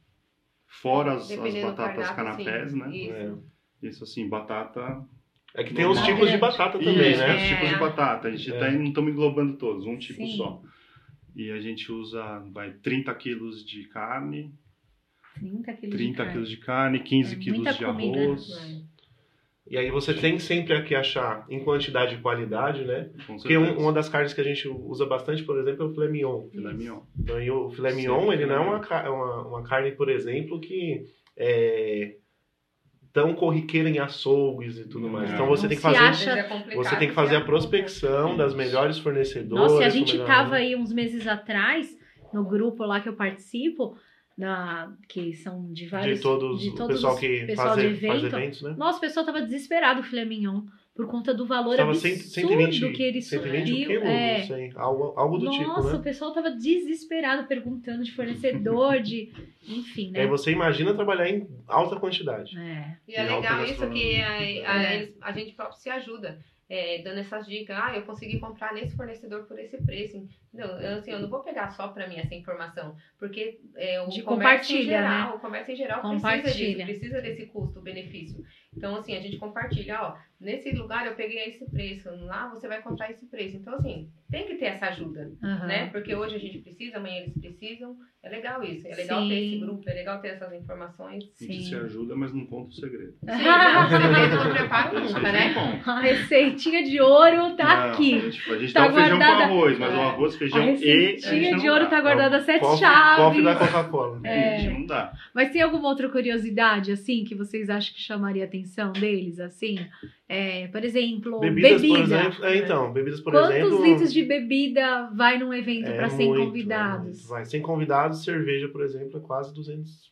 [SPEAKER 4] fora as, as
[SPEAKER 2] Dependendo do
[SPEAKER 4] batatas
[SPEAKER 2] cardápio,
[SPEAKER 4] canapés,
[SPEAKER 2] sim.
[SPEAKER 4] né?
[SPEAKER 2] Isso.
[SPEAKER 4] Isso assim, batata
[SPEAKER 3] É que tem os
[SPEAKER 4] Normal.
[SPEAKER 3] tipos de batata também,
[SPEAKER 4] Isso,
[SPEAKER 1] é.
[SPEAKER 3] né?
[SPEAKER 4] os tipos de batata. A gente
[SPEAKER 3] É.
[SPEAKER 4] tá- não estamos englobando todos, um tipo
[SPEAKER 1] Sim.
[SPEAKER 4] só. E a gente usa vai, 30 quilos de carne,
[SPEAKER 1] 30 quilos
[SPEAKER 4] 30
[SPEAKER 1] de
[SPEAKER 4] quilos de carne, 15
[SPEAKER 1] É muita
[SPEAKER 4] quilos de
[SPEAKER 1] comida.
[SPEAKER 3] É.
[SPEAKER 1] né?
[SPEAKER 4] arroz.
[SPEAKER 3] E aí você tem sempre que achar em quantidade e qualidade, né?
[SPEAKER 4] Com
[SPEAKER 3] Porque um-
[SPEAKER 4] certeza.
[SPEAKER 3] uma das carnes que a gente usa bastante, por exemplo, é o filé mignon.
[SPEAKER 4] Filé mignon.
[SPEAKER 3] Então, e o filé
[SPEAKER 4] Sim,
[SPEAKER 3] mignon, ele
[SPEAKER 4] filé
[SPEAKER 3] não é
[SPEAKER 4] mignon.
[SPEAKER 3] uma, ca- uma, uma carne, por exemplo, que é tão corriqueira em açougues e tudo mais.
[SPEAKER 4] Não.
[SPEAKER 3] Então você
[SPEAKER 1] Não
[SPEAKER 3] tem que
[SPEAKER 1] se
[SPEAKER 3] fazer,
[SPEAKER 1] acha.
[SPEAKER 2] Mas é complicado,
[SPEAKER 3] você tem que fazer a
[SPEAKER 2] porque é
[SPEAKER 3] prospecção das
[SPEAKER 4] Isso.
[SPEAKER 3] melhores fornecedoras. é
[SPEAKER 1] Nossa, e a
[SPEAKER 3] com
[SPEAKER 1] gente
[SPEAKER 3] melhor-
[SPEAKER 1] tava aí uns meses atrás, no grupo lá que eu participo, na, que são de vários.
[SPEAKER 3] de todos,
[SPEAKER 1] de
[SPEAKER 3] o pessoal
[SPEAKER 1] os-
[SPEAKER 3] que
[SPEAKER 1] pessoal
[SPEAKER 3] faz,
[SPEAKER 1] de
[SPEAKER 3] e- faz
[SPEAKER 1] evento.
[SPEAKER 3] eventos, né?
[SPEAKER 1] Nossa, o pessoal tava desesperado o filé mignon, por conta do valor
[SPEAKER 3] Tava
[SPEAKER 1] absurdo
[SPEAKER 3] 100, 120,
[SPEAKER 1] que ele
[SPEAKER 3] 120 o
[SPEAKER 1] subiu.
[SPEAKER 3] quilo,
[SPEAKER 1] é.
[SPEAKER 3] não sei, algo, algo do
[SPEAKER 1] Nossa,
[SPEAKER 3] tipo, né?
[SPEAKER 1] o pessoal tava desesperado perguntando de fornecedor, de. Enfim,
[SPEAKER 3] E aí
[SPEAKER 1] né?
[SPEAKER 3] você imagina trabalhar em alta quantidade.
[SPEAKER 1] É.
[SPEAKER 2] E é
[SPEAKER 4] E alta
[SPEAKER 2] legal isso que a, a-
[SPEAKER 1] É.
[SPEAKER 2] eles- a gente próprio se ajuda, é, dando essas dicas. Ah, eu consegui comprar nesse fornecedor por esse preço. Entendeu? Eu, assim, eu não vou pegar só para mim essa informação, porque é, o
[SPEAKER 1] De
[SPEAKER 2] comércio
[SPEAKER 1] compartilha, né?
[SPEAKER 2] em geral, o comércio em geral precisa disso,
[SPEAKER 1] Compartilha.
[SPEAKER 2] precisa desse custo-benefício. Então, assim, a gente compartilha, ó, nesse lugar eu peguei esse preço, lá você vai comprar esse preço. Então, assim, tem que ter essa ajuda
[SPEAKER 1] aham.
[SPEAKER 2] né? Porque hoje a gente precisa, amanhã eles precisam. É legal isso, é legal ter
[SPEAKER 1] Sim.
[SPEAKER 2] esse grupo, é legal ter essas informações.
[SPEAKER 4] A gente
[SPEAKER 1] Sim.
[SPEAKER 4] se ajuda, mas não conta o segredo.
[SPEAKER 2] Sim, mas você vê que eu não preparo
[SPEAKER 4] Isso
[SPEAKER 2] nunca,
[SPEAKER 4] a
[SPEAKER 2] né?
[SPEAKER 4] gente não conta.
[SPEAKER 1] A receitinha de ouro tá
[SPEAKER 4] Não,
[SPEAKER 1] aqui.
[SPEAKER 4] A gente, a gente
[SPEAKER 1] Tá
[SPEAKER 4] dá o feijão
[SPEAKER 1] guardada.
[SPEAKER 4] com arroz, mas
[SPEAKER 2] É.
[SPEAKER 4] o arroz,
[SPEAKER 1] A
[SPEAKER 4] feijão e. a gente
[SPEAKER 1] receitinha
[SPEAKER 4] não
[SPEAKER 1] de ouro
[SPEAKER 4] dá.
[SPEAKER 3] é
[SPEAKER 1] tá É. guardada a sete
[SPEAKER 3] Coffee,
[SPEAKER 1] chaves.
[SPEAKER 3] coffee da Coca-Cola.
[SPEAKER 4] A gente não dá.
[SPEAKER 1] Mas tem alguma outra curiosidade, assim, que vocês acham que chamaria a atenção deles, assim? É, por exemplo,
[SPEAKER 3] Bebidas,
[SPEAKER 1] bebida.
[SPEAKER 3] por exemplo. É, então, bebidas, por
[SPEAKER 1] Quantos
[SPEAKER 3] exemplo.
[SPEAKER 1] litros de bebida vai num evento
[SPEAKER 3] é
[SPEAKER 1] para 100
[SPEAKER 3] muito, é muito,
[SPEAKER 1] convidados?
[SPEAKER 3] vai. Sem convidados, cerveja, por exemplo, é quase 200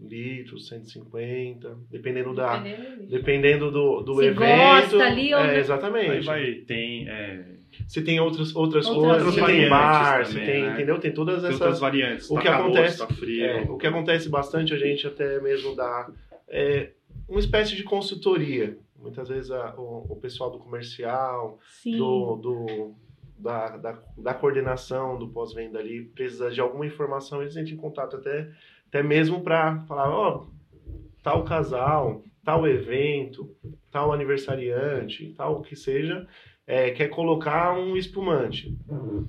[SPEAKER 3] litros, 150, dependendo da.
[SPEAKER 2] Entendeu?
[SPEAKER 3] Dependendo do, do
[SPEAKER 1] Se
[SPEAKER 3] evento.
[SPEAKER 1] gosta ali ou
[SPEAKER 3] é,
[SPEAKER 1] não.
[SPEAKER 4] Aí
[SPEAKER 3] Exatamente.
[SPEAKER 4] vai, tem, é, tem
[SPEAKER 3] Se tem outras, outras,
[SPEAKER 1] Outras
[SPEAKER 3] coisas, se tem
[SPEAKER 4] variantes
[SPEAKER 3] bar, se
[SPEAKER 4] também,
[SPEAKER 3] tem,
[SPEAKER 4] né?
[SPEAKER 3] entendeu? Tem todas
[SPEAKER 4] outras
[SPEAKER 3] essas
[SPEAKER 4] variantes.
[SPEAKER 3] o
[SPEAKER 4] tá
[SPEAKER 3] que
[SPEAKER 4] calor,
[SPEAKER 3] acontece-
[SPEAKER 4] tá frio.
[SPEAKER 3] É, o que acontece bastante, a gente até mesmo dá é, uma espécie de consultoria. Muitas vezes a- o, o pessoal do comercial,
[SPEAKER 1] Sim.
[SPEAKER 3] do, do- da, da, da coordenação do pós-venda ali, precisa de alguma informação, eles entram em contato até, até mesmo para falar, ó, tal casal, tal evento, tal aniversariante, tal que seja, é, quer colocar um espumante.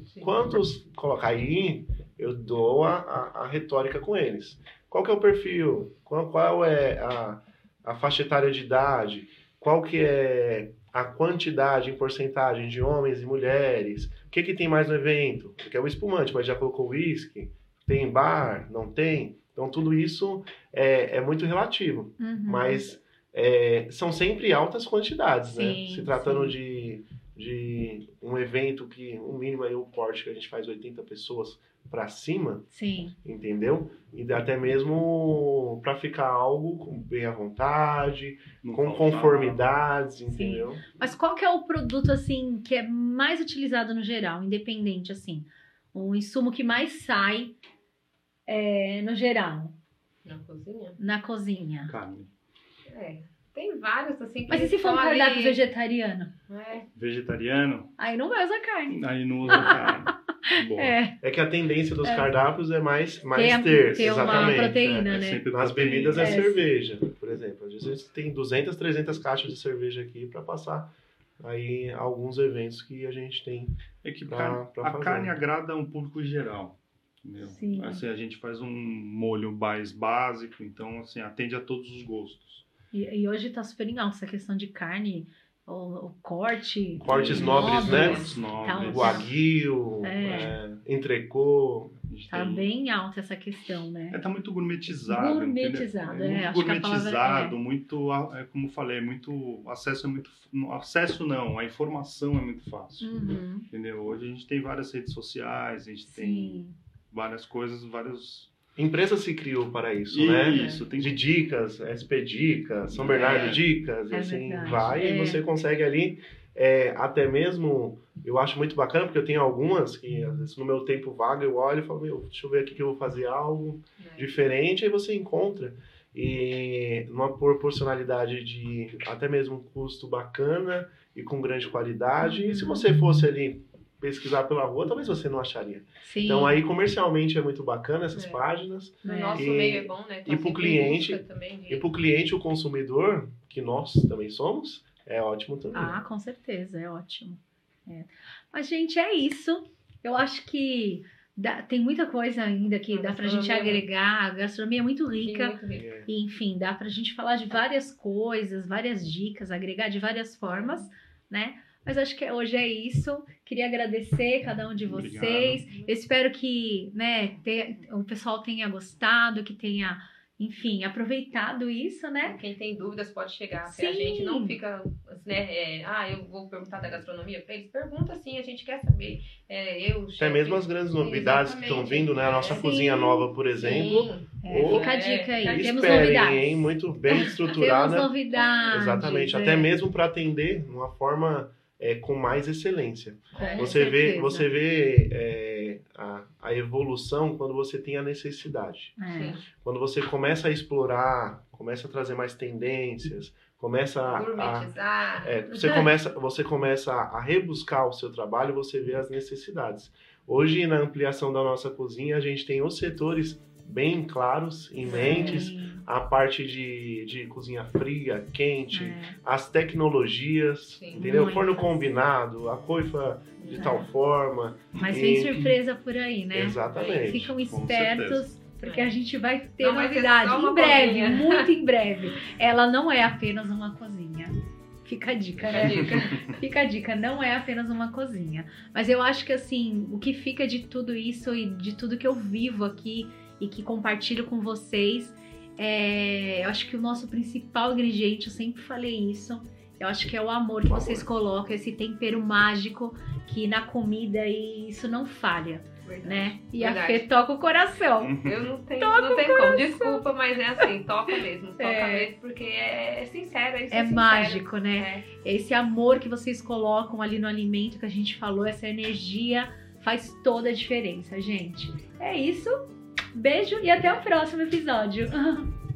[SPEAKER 2] Sim.
[SPEAKER 3] Quantos colocar aí, eu dou a, a, a retórica com eles. Qual que é o perfil? Qual, qual é a, a faixa etária de idade? Qual que é a quantidade em porcentagem de homens e mulheres? O que, que tem mais no evento? Porque é o espumante, mas já colocou uísque? Tem bar? Não tem? Então tudo isso é, é muito relativo
[SPEAKER 1] Uhum.
[SPEAKER 3] mas é, são sempre altas quantidades, né?
[SPEAKER 1] Sim,
[SPEAKER 3] Se tratando
[SPEAKER 1] sim.
[SPEAKER 3] de, de um evento que, o mínimo aí, o porte que a gente faz 80 pessoas para cima,
[SPEAKER 1] Sim.
[SPEAKER 3] entendeu? E até mesmo para ficar algo com- bem à vontade,
[SPEAKER 4] Não tá
[SPEAKER 3] com
[SPEAKER 4] falta
[SPEAKER 3] conformidades, entendeu?
[SPEAKER 1] Mas qual que é o produto, assim, que é mais utilizado no geral, independente, assim? O insumo que mais sai é, no geral,
[SPEAKER 2] Na cozinha?
[SPEAKER 1] na cozinha?
[SPEAKER 4] Carne.
[SPEAKER 2] É. Tem vários, assim, que
[SPEAKER 1] Mas e se for um
[SPEAKER 2] estão ali.
[SPEAKER 1] cardápio vegetariano?
[SPEAKER 2] É.
[SPEAKER 4] Vegetariano,
[SPEAKER 1] Aí não vai usar carne.
[SPEAKER 4] Aí não usa carne.
[SPEAKER 3] Bom. É.
[SPEAKER 1] É,
[SPEAKER 3] que a tendência dos cardápios é mais, mais
[SPEAKER 1] Tem a-
[SPEAKER 3] ter,
[SPEAKER 1] tem uma
[SPEAKER 3] exatamente.
[SPEAKER 1] proteína, né?
[SPEAKER 4] é sempre
[SPEAKER 3] Nas
[SPEAKER 4] proteína.
[SPEAKER 3] bebidas é,
[SPEAKER 1] É.
[SPEAKER 3] cerveja, por exemplo. Às vezes a gente tem 200, 300 caixas de cerveja aqui para passar aí alguns eventos que a gente tem.
[SPEAKER 4] É que
[SPEAKER 3] Pra-
[SPEAKER 4] carne-
[SPEAKER 3] pra
[SPEAKER 4] a
[SPEAKER 3] fazer.
[SPEAKER 4] carne agrada um público geral. Entendeu?
[SPEAKER 1] Sim.
[SPEAKER 4] Assim, a gente faz um molho mais básico, então assim, atende a todos os gostos.
[SPEAKER 1] E, e hoje tá super legal essa questão de carne, o, o corte.
[SPEAKER 3] Cortes nobres, né?
[SPEAKER 1] Nobres.
[SPEAKER 4] Cortes nobres.
[SPEAKER 3] Guaguil,
[SPEAKER 1] É.
[SPEAKER 3] é, entrecô,
[SPEAKER 4] A gente
[SPEAKER 1] Tá
[SPEAKER 4] tem-
[SPEAKER 1] bem alta essa questão, né?
[SPEAKER 4] É, tá muito gourmetizado.
[SPEAKER 1] Gourmetizado,
[SPEAKER 4] entendeu?
[SPEAKER 1] é,
[SPEAKER 4] muito
[SPEAKER 1] acho que a palavra
[SPEAKER 4] gourmetizado, muito, a- é, como falei, muito acesso é muito, no- acesso não, a informação é muito fácil,
[SPEAKER 1] Uhum,
[SPEAKER 4] entendeu? Hoje a gente tem várias redes sociais, a gente tem
[SPEAKER 1] sim.
[SPEAKER 4] várias coisas, vários
[SPEAKER 3] Empresa se criou para isso, né?
[SPEAKER 4] Isso, tem
[SPEAKER 3] De dicas, SP Dicas, São Bernardo
[SPEAKER 4] É.
[SPEAKER 3] Dicas, e
[SPEAKER 1] É
[SPEAKER 3] assim
[SPEAKER 1] verdade,
[SPEAKER 3] vai. E
[SPEAKER 1] é.
[SPEAKER 3] você consegue ali, é, até mesmo, eu acho muito bacana, porque eu tenho algumas que, às vezes, no meu tempo vago, eu olho e falo, meu, deixa eu ver aqui que eu vou fazer algo.
[SPEAKER 1] É.
[SPEAKER 2] Né?
[SPEAKER 3] diferente, aí você encontra. E numa proporcionalidade de até mesmo um custo bacana e com grande qualidade. E se você fosse ali pesquisar pela rua, talvez você não acharia.
[SPEAKER 1] Sim.
[SPEAKER 3] Então aí comercialmente é muito bacana essas
[SPEAKER 2] É.
[SPEAKER 3] páginas.
[SPEAKER 2] No
[SPEAKER 1] É.
[SPEAKER 2] nosso
[SPEAKER 3] E-
[SPEAKER 2] meio é bom, né?
[SPEAKER 3] e pro
[SPEAKER 2] sempre em
[SPEAKER 3] cliente-
[SPEAKER 2] busca também de-
[SPEAKER 3] E para o cliente, o consumidor, que nós também somos, é ótimo também.
[SPEAKER 1] Ah, com certeza, é ótimo. É. Mas, gente, é isso. Eu acho que dá- tem muita coisa ainda que
[SPEAKER 2] A
[SPEAKER 1] dá pra gente
[SPEAKER 2] gastronomia é muito-
[SPEAKER 1] agregar. A gastronomia é muito rica.
[SPEAKER 2] Muito rico.
[SPEAKER 3] É.
[SPEAKER 1] E, enfim, dá pra gente falar de várias coisas, várias dicas, agregar de várias formas, né? Mas acho que hoje é isso. Queria agradecer cada um de
[SPEAKER 4] Obrigado.
[SPEAKER 1] vocês. Eu espero que, né, te- o pessoal tenha gostado, que tenha, enfim, aproveitado isso, né?
[SPEAKER 2] Quem tem dúvidas pode chegar até
[SPEAKER 1] Sim.
[SPEAKER 2] a gente. Não fica, né? é, ah, eu vou perguntar da gastronomia pra eles. Pergunta sim, a gente quer saber. É, eu,
[SPEAKER 3] Até mesmo as grandes novidades que estão
[SPEAKER 2] Exatamente.
[SPEAKER 3] vindo, né? A nossa
[SPEAKER 1] Sim.
[SPEAKER 3] cozinha nova, por exemplo.
[SPEAKER 1] É,
[SPEAKER 3] Ou-
[SPEAKER 1] fica a dica aí.
[SPEAKER 2] É,
[SPEAKER 1] Temos
[SPEAKER 3] Esperem,
[SPEAKER 1] novidades.
[SPEAKER 3] hein? Muito bem
[SPEAKER 1] Temos
[SPEAKER 3] estruturada.
[SPEAKER 1] novidades.
[SPEAKER 3] Exatamente,
[SPEAKER 1] é.
[SPEAKER 3] até mesmo para atender de uma forma é, com mais excelência.
[SPEAKER 1] Com
[SPEAKER 3] você vê,
[SPEAKER 1] certeza.
[SPEAKER 3] você vê é, a, a evolução quando você tem a necessidade.
[SPEAKER 1] É.
[SPEAKER 3] Quando você começa a explorar, começa a trazer mais tendências, começa a.
[SPEAKER 1] assim.
[SPEAKER 3] a-
[SPEAKER 2] Gourmetizar.
[SPEAKER 3] Ah, é, você, começa, você começa a rebuscar o seu trabalho, você vê as necessidades. Hoje, na ampliação da nossa cozinha, a gente tem os setores bem claros em mentes,
[SPEAKER 1] Sim,
[SPEAKER 3] a parte de, de cozinha fria, quente,
[SPEAKER 1] é.
[SPEAKER 3] as tecnologias,
[SPEAKER 2] Sim.
[SPEAKER 3] entendeu?
[SPEAKER 1] Muitas.
[SPEAKER 3] Forno combinado, a coifa de
[SPEAKER 1] É.
[SPEAKER 3] tal forma.
[SPEAKER 1] Mas tem
[SPEAKER 3] E-
[SPEAKER 1] surpresa por aí, né?
[SPEAKER 3] Exatamente.
[SPEAKER 1] Ficam
[SPEAKER 4] com
[SPEAKER 1] espertos, porque a gente vai ter
[SPEAKER 2] É. Não vai ser
[SPEAKER 1] novidade
[SPEAKER 2] só uma
[SPEAKER 1] em breve,
[SPEAKER 2] cozinha.
[SPEAKER 1] muito em breve. Ela não é apenas uma cozinha. Fica a dica,
[SPEAKER 2] Fica a
[SPEAKER 1] né?
[SPEAKER 2] dica.
[SPEAKER 1] Fica a dica, não é apenas uma cozinha. Mas eu acho que assim, o que fica de tudo isso e de tudo que eu vivo aqui e que compartilho com vocês, é, eu acho que o nosso principal ingrediente, eu sempre falei isso, eu acho que é o amor que
[SPEAKER 3] O amor.
[SPEAKER 1] vocês colocam, esse tempero mágico que na comida e isso não falha, né? E a
[SPEAKER 2] Verdade. Uhum.
[SPEAKER 1] Fê toca o coração.
[SPEAKER 2] Eu não tenho, não tem como. Desculpa, mas é assim, toca mesmo. Toca
[SPEAKER 1] É.
[SPEAKER 2] mesmo, porque é, é sincero, é, isso,
[SPEAKER 1] É
[SPEAKER 2] sincero.
[SPEAKER 1] mágico, né?
[SPEAKER 2] É.
[SPEAKER 1] Esse amor que vocês colocam ali no alimento que a gente falou, essa energia faz toda a diferença, gente. É isso. Beijo e até o próximo episódio.